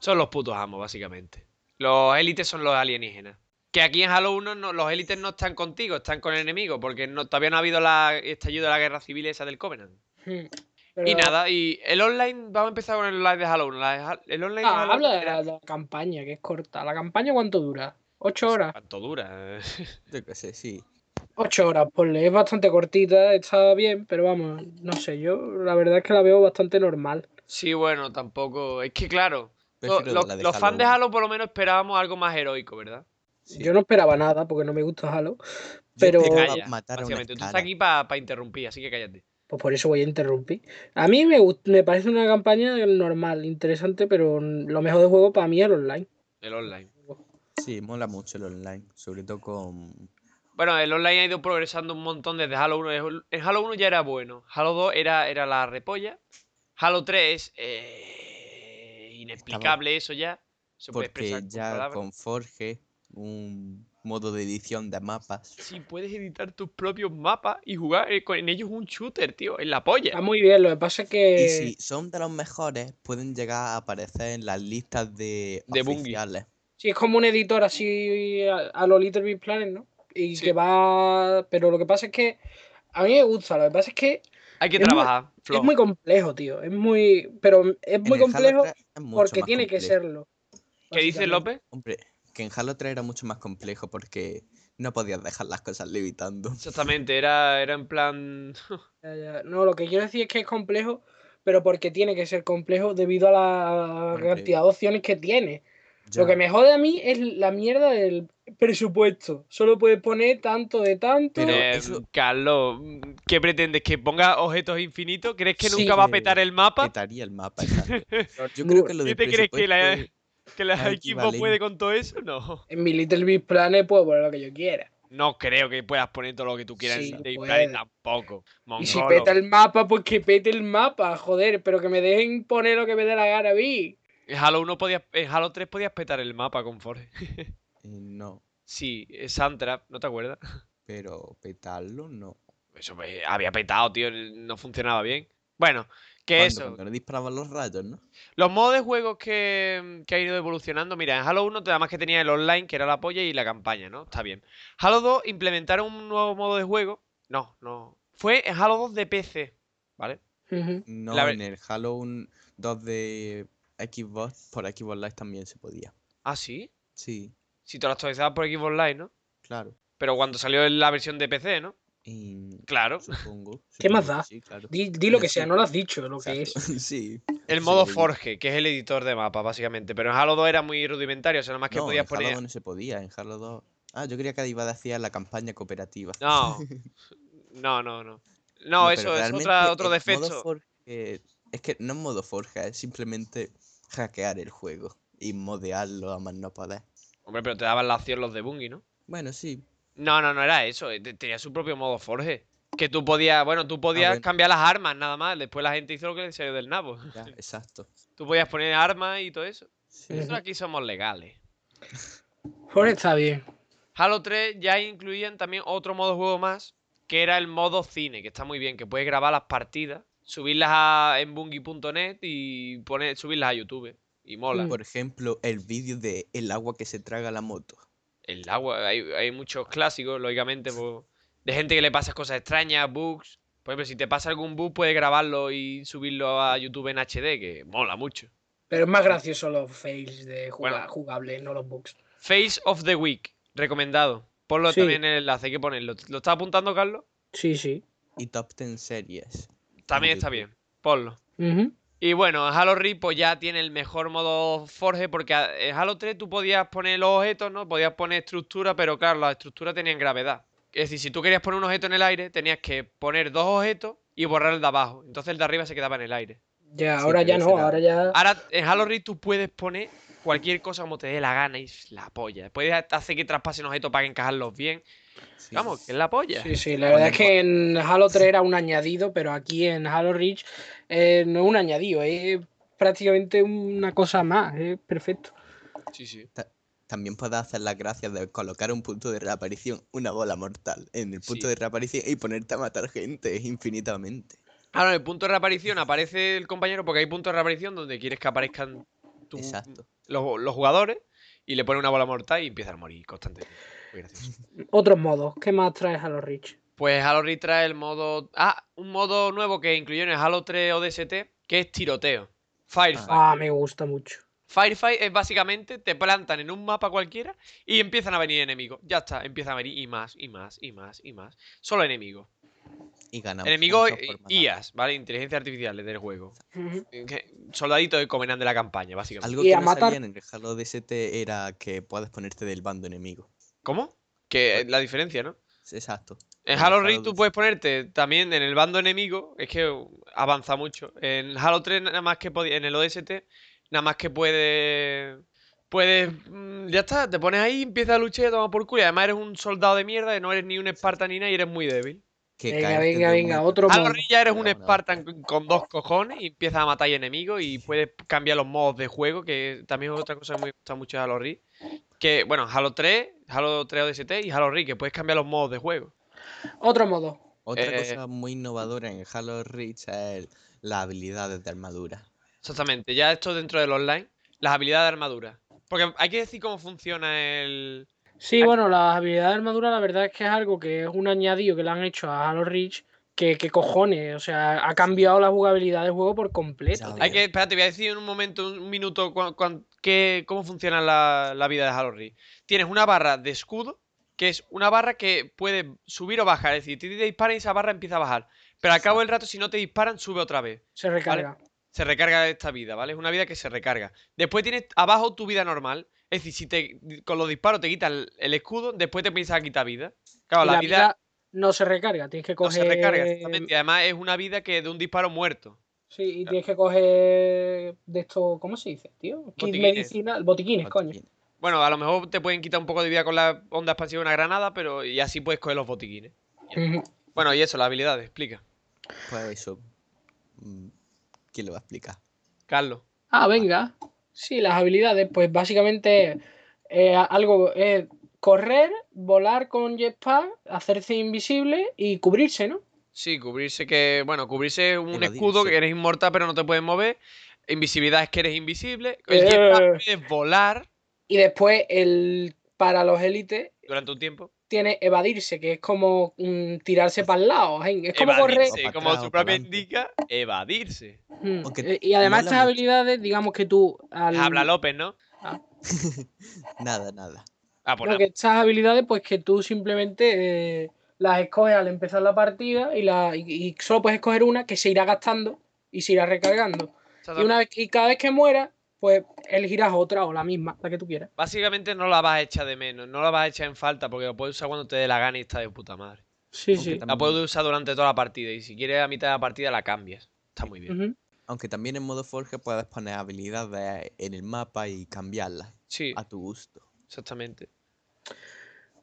Son los putos amos, básicamente. Los élites son los alienígenas. Que aquí en Halo 1 no- los élites no están contigo, están con el enemigo, porque no, todavía no ha habido la estallido de la guerra civil esa del Covenant.
Mm.
Y
Pero-
nada, y el online, vamos a empezar con el online de Halo 1. la de Ha- el online de
Ah,
Halo
habla
1
de
era-
la, de la campaña, que es corta. ¿La campaña cuánto dura? ¿Ocho
Pues
no sé
horas?
¿Cuánto dura? eh.
yo qué sé, sí.
Ocho horas, ponle. Es bastante cortita, está bien, pero vamos, no sé, yo la verdad es que la veo bastante normal.
sí, bueno, tampoco. Es que claro, lo-
Prefiero
lo-
la de
los fans de
1.
Halo por lo menos esperábamos algo más heroico, ¿verdad?
Sí.
Yo no esperaba nada porque no me gusta Halo,
Yo
pero
esperaba-
Calla,
matar a una
básicamente. Tú estás
escala.
aquí para interrumpir, así que cállate.
pues por eso voy a interrumpir. A mí me, gust- me parece una campaña normal, interesante, pero lo mejor del juego para mí es el online.
El online.
Sí, mola mucho el online, sobre todo con...
Bueno, el online ha ido progresando un montón desde Halo 1. En Halo 1 ya era bueno. Halo 2 era, era la repolla. Halo 3 es eh, inexplicable eso ya. Se puede
Porque
expresar con
ya
palabras.
con Forge, un modo de edición de mapas.
Sí, puedes editar tus propios mapas y jugar eh, con- en ellos un shooter, tío. En la polla.
Está muy bien, lo que pasa es que...
Y si son de los mejores, pueden llegar a aparecer en las listas de,
De Bungie.
oficiales.
Sí, es como un editor así a, a lo Little Big Planet, ¿no? Y
Sí.
que va. Pero lo que pasa es que. A mí me gusta, lo que pasa es que
Hay que
es muy-
trabajar, Flo.
es muy complejo, tío. Es muy. Pero es
En
muy
el Halo
complejo
3 es mucho
porque
más
tiene que
complejo.
serlo.
¿Qué dice
básicamente.
López?
Hombre, que en Halo 3 era mucho más complejo porque no podías dejar las cosas levitando.
Exactamente, era, era en plan.
Ya, ya. No, lo que quiero decir es que es complejo, pero porque tiene que ser complejo debido a la
Hombre.
cantidad de opciones que tiene. Lo
Ya,
que me jode a mí es la mierda del presupuesto. Solo puedes poner tanto de tanto.
Pero
Eh,
eso-
Carlos, ¿qué pretendes? ¿Que ponga objetos infinitos? ¿Crees que
Sí.
nunca va a petar el mapa?
petaría el mapa. exacto. Yo
No,
creo que lo
¿Qué
de
te crees que la,
presupuesto- eh,
que la
es
Xbox puede
equivalente.
con todo eso? No.
En mi Little Big Planet puedo poner lo que yo quiera.
No creo que puedas poner todo lo que tú quieras
Sí,
en
lo
Little Big
puede.
Planet tampoco.
Y si
Mongolo.
peta el mapa, pues que pete el mapa, joder, pero que me dejen poner lo que me dé la gana a mí.
En Eh, Halo 1 podías, en Halo 3 podías petar el mapa con Forge.
Eh, no,
Sí, eh, Sandtrap, ¿no te acuerdas?
pero petarlo no.
Eso pues, había petado, tío, no funcionaba bien. Bueno, que
Cuando-
eso.
Cuando no disparaban los rayos, ¿no?
Los modos de juegos que, mm, que ha ido evolucionando, mira, en Halo 1 nada más que tenía el online, que era la polla, y la campaña, ¿no? Está bien. Halo 2 implementaron un nuevo modo de juego. No, no. Fue en Halo 2 de PC, ¿vale?
Ujú.
No,
La ve-
en el Halo 2 de Xbox, por Xbox Live también se podía.
Ah, sí.
Sí.
Si te lo actualizabas por Xbox Live, ¿no?
Claro.
Pero cuando salió la versión de PC, ¿no?
Y
Claro.
supongo.
¿Qué más
supongo
da?
que sí, claro.
Di, di lo que sea, no lo has dicho, lo que es.
Exacto. sí.
El modo
Sí.
Forge, que es el editor de mapa, básicamente. Pero en Halo 2 era muy rudimentario, o sea, nada más que
no,
podías
en Halo
poner.
2 no se podía, en Halo 2. Ah, yo creía que iba a decir la campaña cooperativa.
No. No, no, no. No,
No,
eso
pero
es
realmente
otra, otro
el modo
defecto.
Forge- es que no es modo forja, es simplemente hackear el juego y modearlo a más no poder.
Hombre, pero te daban la opción los de Bungie, ¿no?
Bueno, sí.
No, no, no era eso. eh, te- Tenía su propio modo Forge. Que tú podías, bueno, tú podías
bueno.
cambiar las armas nada más. Después la gente hizo lo que le salió del nabo.
Ya, exacto.
Tú podías poner armas y todo eso.
Mm.
Sí.
Nosotros aquí somos legales.
Forge Pues está bien.
Halo 3 ya incluían también otro modo juego más, que era el modo cine, que está muy bien, que puedes grabar las partidas, subirlas a, en bungie.net y poner, subirlas a YouTube. Y
Mm.
mola.
Por ejemplo, el vídeo de el agua que se traga la moto.
El agua, hay, hay muchos clásicos, lógicamente, po- de gente que le pasa cosas extrañas, bugs. Por ejemplo, si te pasa algún bug, puedes grabarlo y subirlo a YouTube en HD, que mola mucho.
Pero es más gracioso los fails de jugar,
Bueno.
jugables, no los bugs.
Face of the Week, recomendado. Ponlo
Sí.
también en el enlace, hay que ponerlo. ¿Lo está apuntando, Carlos?
Sí, sí.
Y top 10 series.
También está
YouTube.
bien, ponlo.
Ujú.
Y bueno, Halo Reach pues ya tiene el mejor modo Forge porque a- en Halo 3 tú podías poner los objetos, ¿no? Podías poner estructura, pero claro, las estructuras tenían gravedad. Es decir, si tú querías poner un objeto en el aire, tenías que poner dos objetos y borrar el de abajo. Entonces el de arriba se quedaba en el aire.
Ya,
Sí,
ahora
pero
ya no,
ese era- Ah,
ahora ya.
Ahora en Halo Reach tú puedes poner cualquier cosa como te dé la gana y es la polla. Puedes hacer que traspasen objetos para encajarlos bien.
Sí.
Vamos, que es la polla.
Sí, sí, la verdad es que en Halo 3 era un añadido, pero aquí en Halo Reach eh, no es un añadido, es prácticamente una cosa más, es perfecto.
sí. sí.
También puedes hacer las gracias de colocar un punto de reaparición, una bola mortal, en el punto
Sí.
de reaparición y ponerte a matar gente infinitamente.
Ahora en el punto de reaparición aparece el compañero porque hay puntos de reaparición donde quieres que aparezcan tu-
Exacto.
los, los jugadores y le pone una bola mortal y empiezan a morir constantemente. Muy gracioso.
Otros modos, ¿qué más traes Halo Reach?
Pues Halo Reach trae el modo. Ah, un modo nuevo que incluyó en el Halo 3 ODST, que es tiroteo. Firefight.
Ah, me gusta mucho.
Firefight es básicamente te plantan en un mapa cualquiera y empiezan a venir enemigos. Ya está, empiezan a venir y más, y más, y más, y más. Solo enemigos.
Y ganamos.
Enemigos
puntos por
eh,
matar.
IAS, ¿vale? Inteligencia artificial del juego.
Ujú.
Eh, que- Soldaditos que comerán de la campaña, básicamente.
Algo
Y
que
a
no
matar-
sabían en el Halo DST era que puedes ponerte del bando enemigo.
¿Cómo? Que es la diferencia, ¿no?
Exacto.
En
En
Halo
Halo
Reach tú
2.
puedes ponerte también en el bando enemigo, es que uh, avanza mucho. En Halo 3 nada más que podi- en el ODST, nada más que puedes... Puedes... mm, Ya está, te pones ahí, empiezas a luchar y a tomar por culo. Y Además eres un soldado de mierda, no eres ni un Spartan ni nada y eres muy débil.
Que
Venga,
caerte
venga,
de un
venga,
edificio-
otro
Halo
modo.
Reach ya eres un
Bueno, bueno,
Spartan con- con dos cojones y empiezas a matar enemigos y puedes cambiar los modos de juego, que también es otra cosa que me gusta mucho de Halo Reach. Que, bueno, Halo 3, Halo 3 ODST y Halo Reach, que puedes cambiar los modos de juego.
Otro modo.
Otra
Eh,
cosa muy innovadora en Halo Reach es las habilidades de armadura.
Exactamente, ya esto dentro del online, las habilidades de armadura. Porque hay que decir cómo funciona el.
Sí, bueno, las habilidades de armadura la verdad es que es algo que es un añadido que le han hecho a Halo Reach, que, que cojones, o sea, ha cambiado la jugabilidad del juego por completo.
Ya
tío.
Hay que, espérate, voy a decir en un momento, un minuto, cuan- cuan- qué- cómo funciona la, la vida de Halo Reach. Tienes una barra de escudo, que es una barra que puede subir o bajar. Es decir, te disparan y esa barra empieza a bajar. Pero al cabo del rato, si no te disparan, sube otra vez.
Se recarga.
Se recarga esta vida, ¿vale? Es una vida que se recarga. Después tienes abajo tu vida normal. Es decir, si te, con los disparos te quitas el, el escudo, después te empiezas a quitar vida. Claro,
Y
la,
la
vida
vida no se recarga, tienes que
No
coger.
se recarga, exactamente. Y además es una vida que de un disparo muerto.
Sí, y tienes que coger de esto, ¿cómo se dice, tío? Kit
Botiquines.
medicinal, botiquines, coño.
Botiquín.
Bueno, a lo mejor te pueden quitar un poco de vida con la onda expansiva de una granada, pero y así puedes coger los botiquines.
Ujú.
Bueno, y eso, las habilidades, explica.
Pues eso. mm, ¿Quién lo va a explicar?
Carlos.
Ah, venga. Sí, las habilidades, pues básicamente eh, algo es correr, volar con jetpack, hacerse invisible y cubrirse, ¿no?
Sí, cubrirse que. Bueno, cubrirse es un
lo digo,
escudo
sí.
que eres inmortal pero no te puedes mover. Invisibilidad es que eres invisible. El
Eh.
jetpack puedes volar
Y después el para los élites
durante un tiempo.
tiene evadirse, que es como mm, tirarse para el lado. gen, Es como correr.
O
Evadirse,
para
como
atrás,
su
o para
propio
adelante.
indica, evadirse.
Mm,
O que
eh, Y además
mola
estas
mucho.
habilidades, digamos que tú al-
Habla López, ¿no?
Nada, nada.
Ah, pues
Porque
nada.
estas habilidades, pues que tú simplemente eh, las escoges al empezar la partida y, la, y- y solo puedes escoger una que se irá gastando y se irá recargando. Y, una vez, y cada vez que muera, pues elegirás otra o la misma, la que tú quieras.
Básicamente no la vas a echar de menos, no la vas a echar en falta porque la puedes usar cuando te dé la gana y está de puta madre.
Sí,
Aunque
sí.
tam-
La puedes usar durante toda la partida y si quieres a mitad de la partida la cambias. Está muy bien.
Ujú.
Aunque también en modo Forge puedes poner habilidades en el mapa y cambiarlas
Sí,
Ah.
a tu gusto.
exactamente.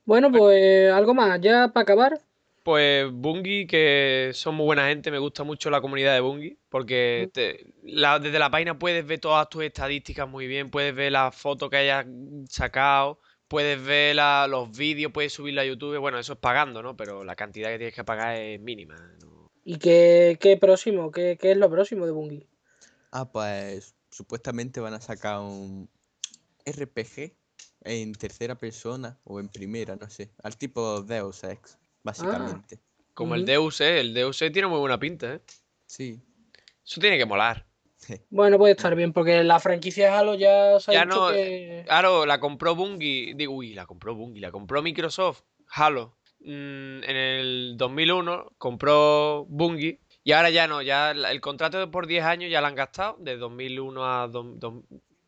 Bueno, pues algo más, ya para acabar.
Pues Bungie, que son muy buena gente, me gusta mucho la comunidad de Bungie, porque te- la- desde la página puedes ver todas tus estadísticas muy bien, puedes ver las fotos que hayas sacado, puedes ver la- los vídeos, puedes subirlo a YouTube, bueno, eso es pagando, ¿no? Pero la cantidad que tienes que pagar es mínima. ¿no?
¿Y qué, qué próximo? ¿Qué, qué es lo próximo de Bungie?
Ah, pues supuestamente van a sacar un RPG en tercera persona o en primera, no sé. Al tipo Deus
Ah.
Ex, básicamente.
Como el
Ujú.
Deus Ex, el Deus Ex tiene muy buena pinta, ¿eh?
Sí.
Eso tiene que molar.
Bueno, puede estar bien, porque la franquicia de Halo ya se ha
Ya
dicho
no, eh,
que.
Claro, la compró Bungie. Digo, uy, la compró Bungie, la compró Microsoft. Halo. Mm, en el 2001 compró Bungie. Y ahora ya no, ya la- el contrato de por 10 años ya lo han gastado. De 2001 a. dos- dos-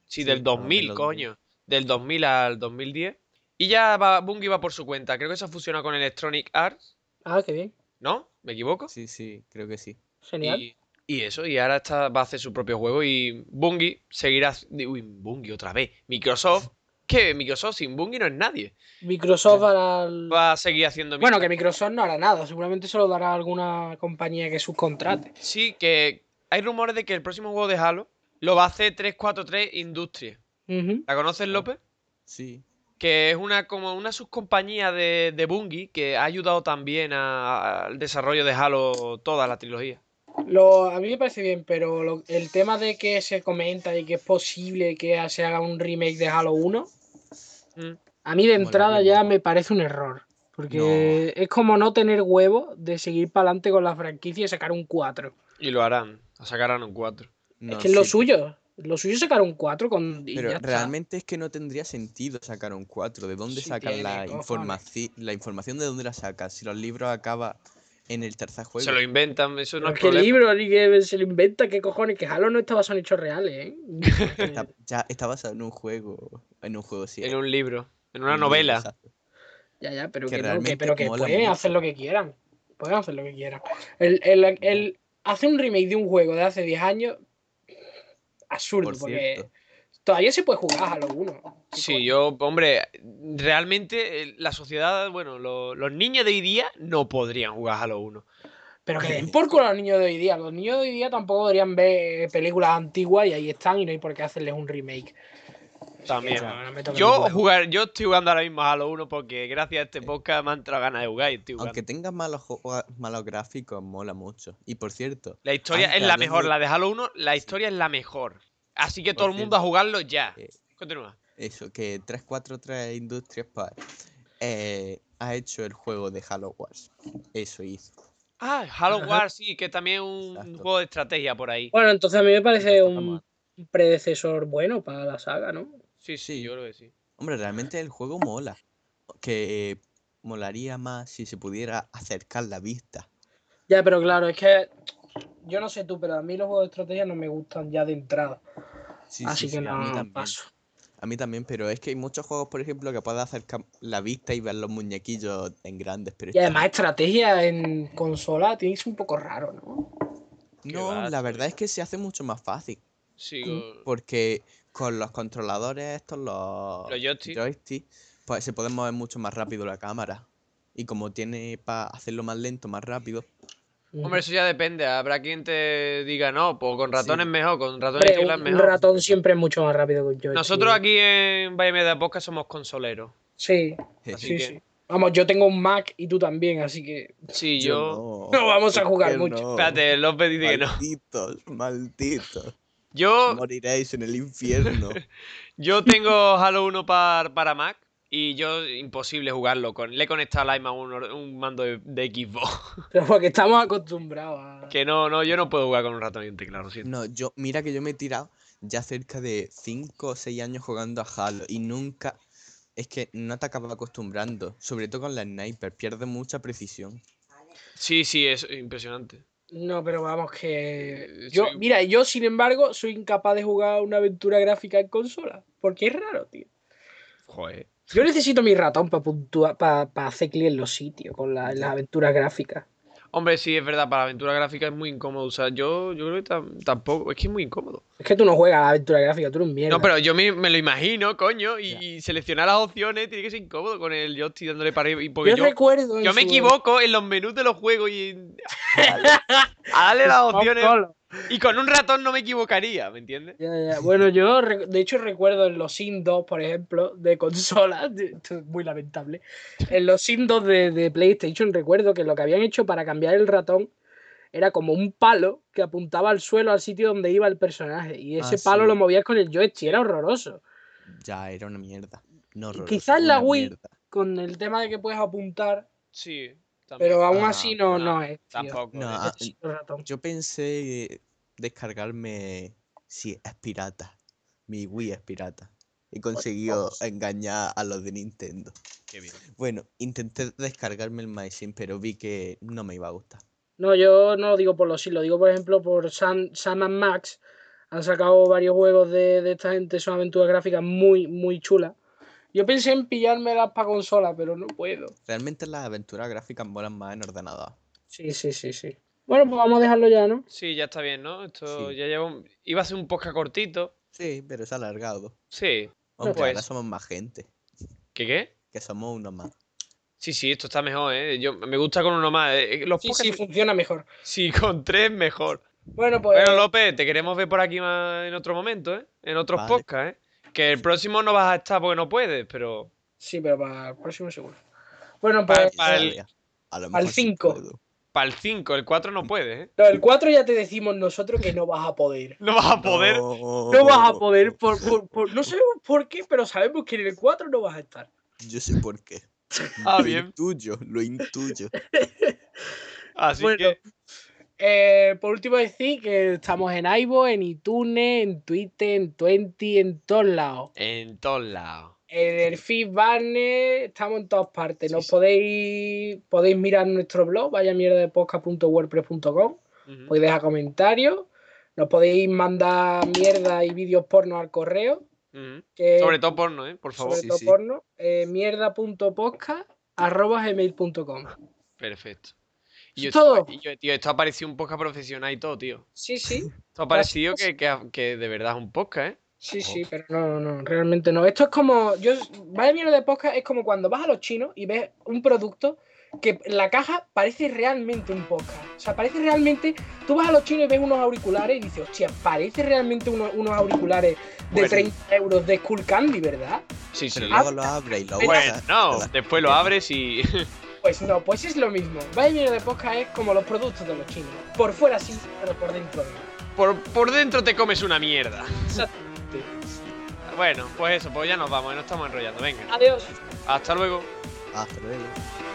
sí,
Sí,
del
a
2000,
2000.
coño. Del 2000 al 2010. Y ya va, Bungie va por su cuenta. Creo que se fusiona con Electronic Arts,
Ah, qué bien.
¿no? ¿Me equivoco?
Sí, sí, creo que sí.
Genial.
Y, y eso, y ahora está, va a hacer su propio juego y Bungie seguirá... haci- Uy, Bungie otra vez. Microsoft. que Microsoft sin Bungie no es nadie.
Microsoft hará. el-
Va a seguir haciendo...
Bueno, que
mierda.
Microsoft no hará nada, seguramente se lo dará a alguna compañía que subcontrate.
Sí, que hay rumores de que el próximo juego de Halo lo va a hacer 343 Industries.
Ujú.
¿La conoces, López?
Sí.
Que es una como una subcompañía de, de Bungie que ha ayudado también a- al desarrollo de Halo toda la trilogía.
Lo- a mí me parece bien, pero lo- el tema de que se comenta de que es posible que ha- se haga un remake de Halo 1,
Mm.
a mí de
Como la
entrada
remake.
ya me parece un error. Porque es como no tener huevo de seguir para adelante con la franquicia y sacar un 4.
Y lo harán. Sacarán un 4.
No,
es que es lo
sí,
suyo. Lo suyo es sacar un 4 con. y
Pero
ya está.
realmente es que no tendría sentido sacar un 4. ¿De dónde
Sí
sacan
tiene,
la
cojones.
información? La información de dónde la sacan. Si los libros acaban en el tercer juego.
Se lo inventan, eso no
Pero
es
¿Qué
problema.
libro? Ni que se lo inventa, qué cojones, que Halo no está basado en hechos reales, ¿eh?
Está, ya está basado en un juego. En un juego, sí.
En un libro, en una
un libro,
novela.
exacto.
Ya, ya, pero
Que
que, no, que,
realmente
pero que
mola
pueden
mucho.
hacer lo que quieran. Pueden hacer lo que quieran. El, el, el- hacer un remake de un juego de hace 10 años. Absurdo,
Por
porque
cierto.
todavía se puede jugar a lo uno. ¿Qué
Sí,
coño?
yo, hombre, realmente eh, la sociedad, bueno, lo- los niños de hoy día no podrían jugar a los uno.
Pero que den por culo a los niños de hoy día. Los niños de hoy día tampoco deberían ver películas antiguas y ahí están y no hay por qué hacerles un remake.
También.
No, no me toques los
Yo
huevos.
jugar, yo estoy jugando ahora mismo a los uno porque gracias a este podcast me han entrado ganas de jugar y estoy jugando.
Aunque tengas malos, juegos- malos gráficos, mola mucho. Y por cierto,
La historia
Aunque
es la
hablando
mejor,
de-
la de Halo 1, la historia es la mejor. Así que
Por
todo el mundo a
cierto,
jugarlo ya.
eh,
Continúa.
eso, que 343 Industries pues, eh, ha hecho el juego de Halo Wars. Eso hizo.
Ah, Halo
Ajá.
Wars, sí, que también es un
Exacto.
juego de estrategia por ahí.
Bueno, entonces a mí me parece
Entonces,
un
vamos
predecesor bueno para la saga, ¿no?
Sí, sí,
Sí.
yo creo que sí.
Hombre, realmente el juego mola. Que molaría más si se pudiera acercar la vista.
Ya, pero claro, es que yo no sé tú, pero a mí los juegos de estrategia no me gustan ya de entrada.
Sí,
así
sí,
que
sí, a mí
no
también.
paso.
A mí también, pero es que hay muchos juegos, por ejemplo, que puedes acercar la vista y ver los muñequillos en grandes, pero
Y
este
además estrategia en consola tienes un poco raro, ¿no?
Qué
No,
va,
la
tío.
verdad es que se hace mucho más fácil. Mm.
Sigo.
Porque con los controladores estos, los,
Los joystick.
joysticks, pues se puede mover mucho más rápido la cámara. Y como tiene para hacerlo más lento, más rápido.
Mm.
Hombre, eso ya depende. Habrá quien te diga, no, pues con ratón
Sí.
es mejor, con ratón y
Hombre,
tecla es
un, un
mejor.
ratón siempre es mucho más rápido que un joystick.
Nosotros aquí en Valle Media Podcast somos consoleros.
Sí,
Así
sí,
que-
sí. Vamos, yo tengo un Mac y tú también, así que
Sí, yo.
no.
no vamos a
¿por
jugar
qué
mucho.
no?
Espérate, López dice que no.
Malditos, malditos.
Yo,
Moriréis en el infierno.
yo tengo Halo 1 par- para Mac y yo imposible jugarlo con. Le he conectado al iMac un, or- un mando de, de Xbox.
Pero porque estamos acostumbrados a...
Que no, no, yo no puedo jugar con un ratón y un teclado, lo siento.
No, yo, mira que yo me he tirado ya cerca de 5 o 6 años jugando a Halo y nunca
es que no te acabas acostumbrando, sobre todo con la sniper, pierde mucha precisión.
Sí, sí, es impresionante.
No, pero vamos que.
Eh,
Yo,
soy-
Mira, yo sin embargo soy incapaz de jugar una aventura gráfica en consola. Porque es raro, tío.
Joder.
Yo necesito mi ratón para puntuar, para hacer clic en los sitios con la- en las aventuras gráficas.
Hombre, sí, es verdad, para aventura gráfica es muy incómodo usar. Yo, yo creo que tam- tampoco, es que es muy incómodo.
Es que tú no juegas a la aventura gráfica, tú eres un mierda.
No, pero yo me, me lo imagino, coño, y, y seleccionar las opciones tiene que ser incómodo con el joystick dándole para arriba. y- Porque
yo,
yo,
recuerdo. en
yo me
su-
equivoco en los menús de los juegos y. en- A darle las opciones. Y con un ratón no me equivocaría, ¿me entiendes?
Ya, ya. Bueno, yo re- de hecho recuerdo en los Sims 2, por ejemplo, de consola, de- esto es muy lamentable, en los Sims 2 de, de PlayStation recuerdo que lo que habían hecho para cambiar el ratón era como un palo que apuntaba al suelo al sitio donde iba el personaje y
Ah,
ese palo
sí.
lo movías con el joystick, era horroroso.
Ya, era una mierda. No, horroroso,
quizás la
una
Wii-
mierda.
Con el tema de que puedes apuntar,
Sí.
pero aún
Ah,
así no, no, es. tío.
Tampoco.
No,
eh.
ah,
Necesito el ratón.
Yo pensé descargarme si es pirata. Mi Wii es pirata. He conseguido engañar a los de Nintendo.
Qué bien.
Bueno, intenté descargarme el MySim, pero vi que no me iba a gustar.
No, yo no lo digo por los Sims, lo digo por ejemplo por Sam, Sam and Max. Han sacado varios juegos de, de esta gente, son aventuras gráficas muy, muy chulas. Yo pensé en pillármelas para consola, pero no puedo.
Realmente las aventuras gráficas molan más en ordenador.
Sí, sí, sí, sí. Bueno, pues vamos a dejarlo ya, ¿no?
Sí, ya está bien, ¿no? Esto
Sí.
ya lleva un... Iba a ser un podcast cortito.
Sí, pero se ha alargado.
Sí.
Aunque ahora
pues.
somos más gente,
¿Qué qué?
que somos uno más.
Sí, sí, esto está mejor, ¿eh? Yo, me gusta con uno más. eh. Los
Sí,
podcasts-
sí, funciona mejor.
Sí, con tres mejor.
Bueno, pues
Bueno, López, te queremos ver por aquí más en otro momento, ¿eh? En otros
Vale.
podcasts, ¿eh? Que el próximo no vas a estar porque no puedes, pero...
sí, pero para el próximo seguro. Bueno,
Pa-
pues
Y
pa- Al-
todavía, a lo
al
mejor sí
cinco.
puedo.
Para el 5, el 4 no puedes, ¿eh?
no, el 4 ya te decimos nosotros que no vas a poder.
No vas a poder.
Oh,
No vas a poder, por, por- por- no sabemos por qué, pero sabemos que en el 4 no vas a estar.
Yo sé por qué.
Ah,
lo
bien.
intuyo, lo intuyo.
Así
Bueno.
que...
Eh, por último, decir que estamos en iVoox, en iTunes, en Twitter, en Twenty, en todos lados.
En todos lados.
En el feed Barnes, estamos en todas partes.
Sí,
Nos
sí.
podéis podéis mirar nuestro blog, vaya mierda de
Ujú.
Podéis dejar comentarios. Nos podéis mandar mierda y vídeos porno al correo.
Ujú.
Que
Sobre todo porno, ¿eh? Por favor.
sobre
Sí,
todo
sí.
porno. eh, mierda.podcast@gmail.com.
Perfecto.
¿Es
esto-
todo?
y yo, tío, esto ha parecido un podcast profesional y todo, tío.
Sí, sí.
Esto ha parecido que, que- que de verdad es un podcast, ¿eh?
Sí, sí, pero no, no, realmente no. Esto es como. Yo, vaya mierda de podcast es como cuando vas a los chinos y ves un producto que la caja parece realmente un podcast. O sea, parece realmente. Tú vas a los chinos y ves unos auriculares y dices, hostia, parece realmente uno- unos auriculares de
Bueno.
30 euros de Skull Candy, ¿verdad?
Sí, sí.
Pero
Ah,
luego lo abre y lo
Bueno,
usa.
no,
Nada.
después lo abres y.
Pues no, pues es lo mismo. Vaya mierda de podcast es como los productos de los chinos. Por fuera sí, pero por dentro no.
Por, por dentro te comes una mierda.
Exactamente.
Bueno, pues eso, pues ya nos vamos, eh, nos estamos enrollando. Venga,
Adiós.
Ah,
hasta luego.
Hasta luego.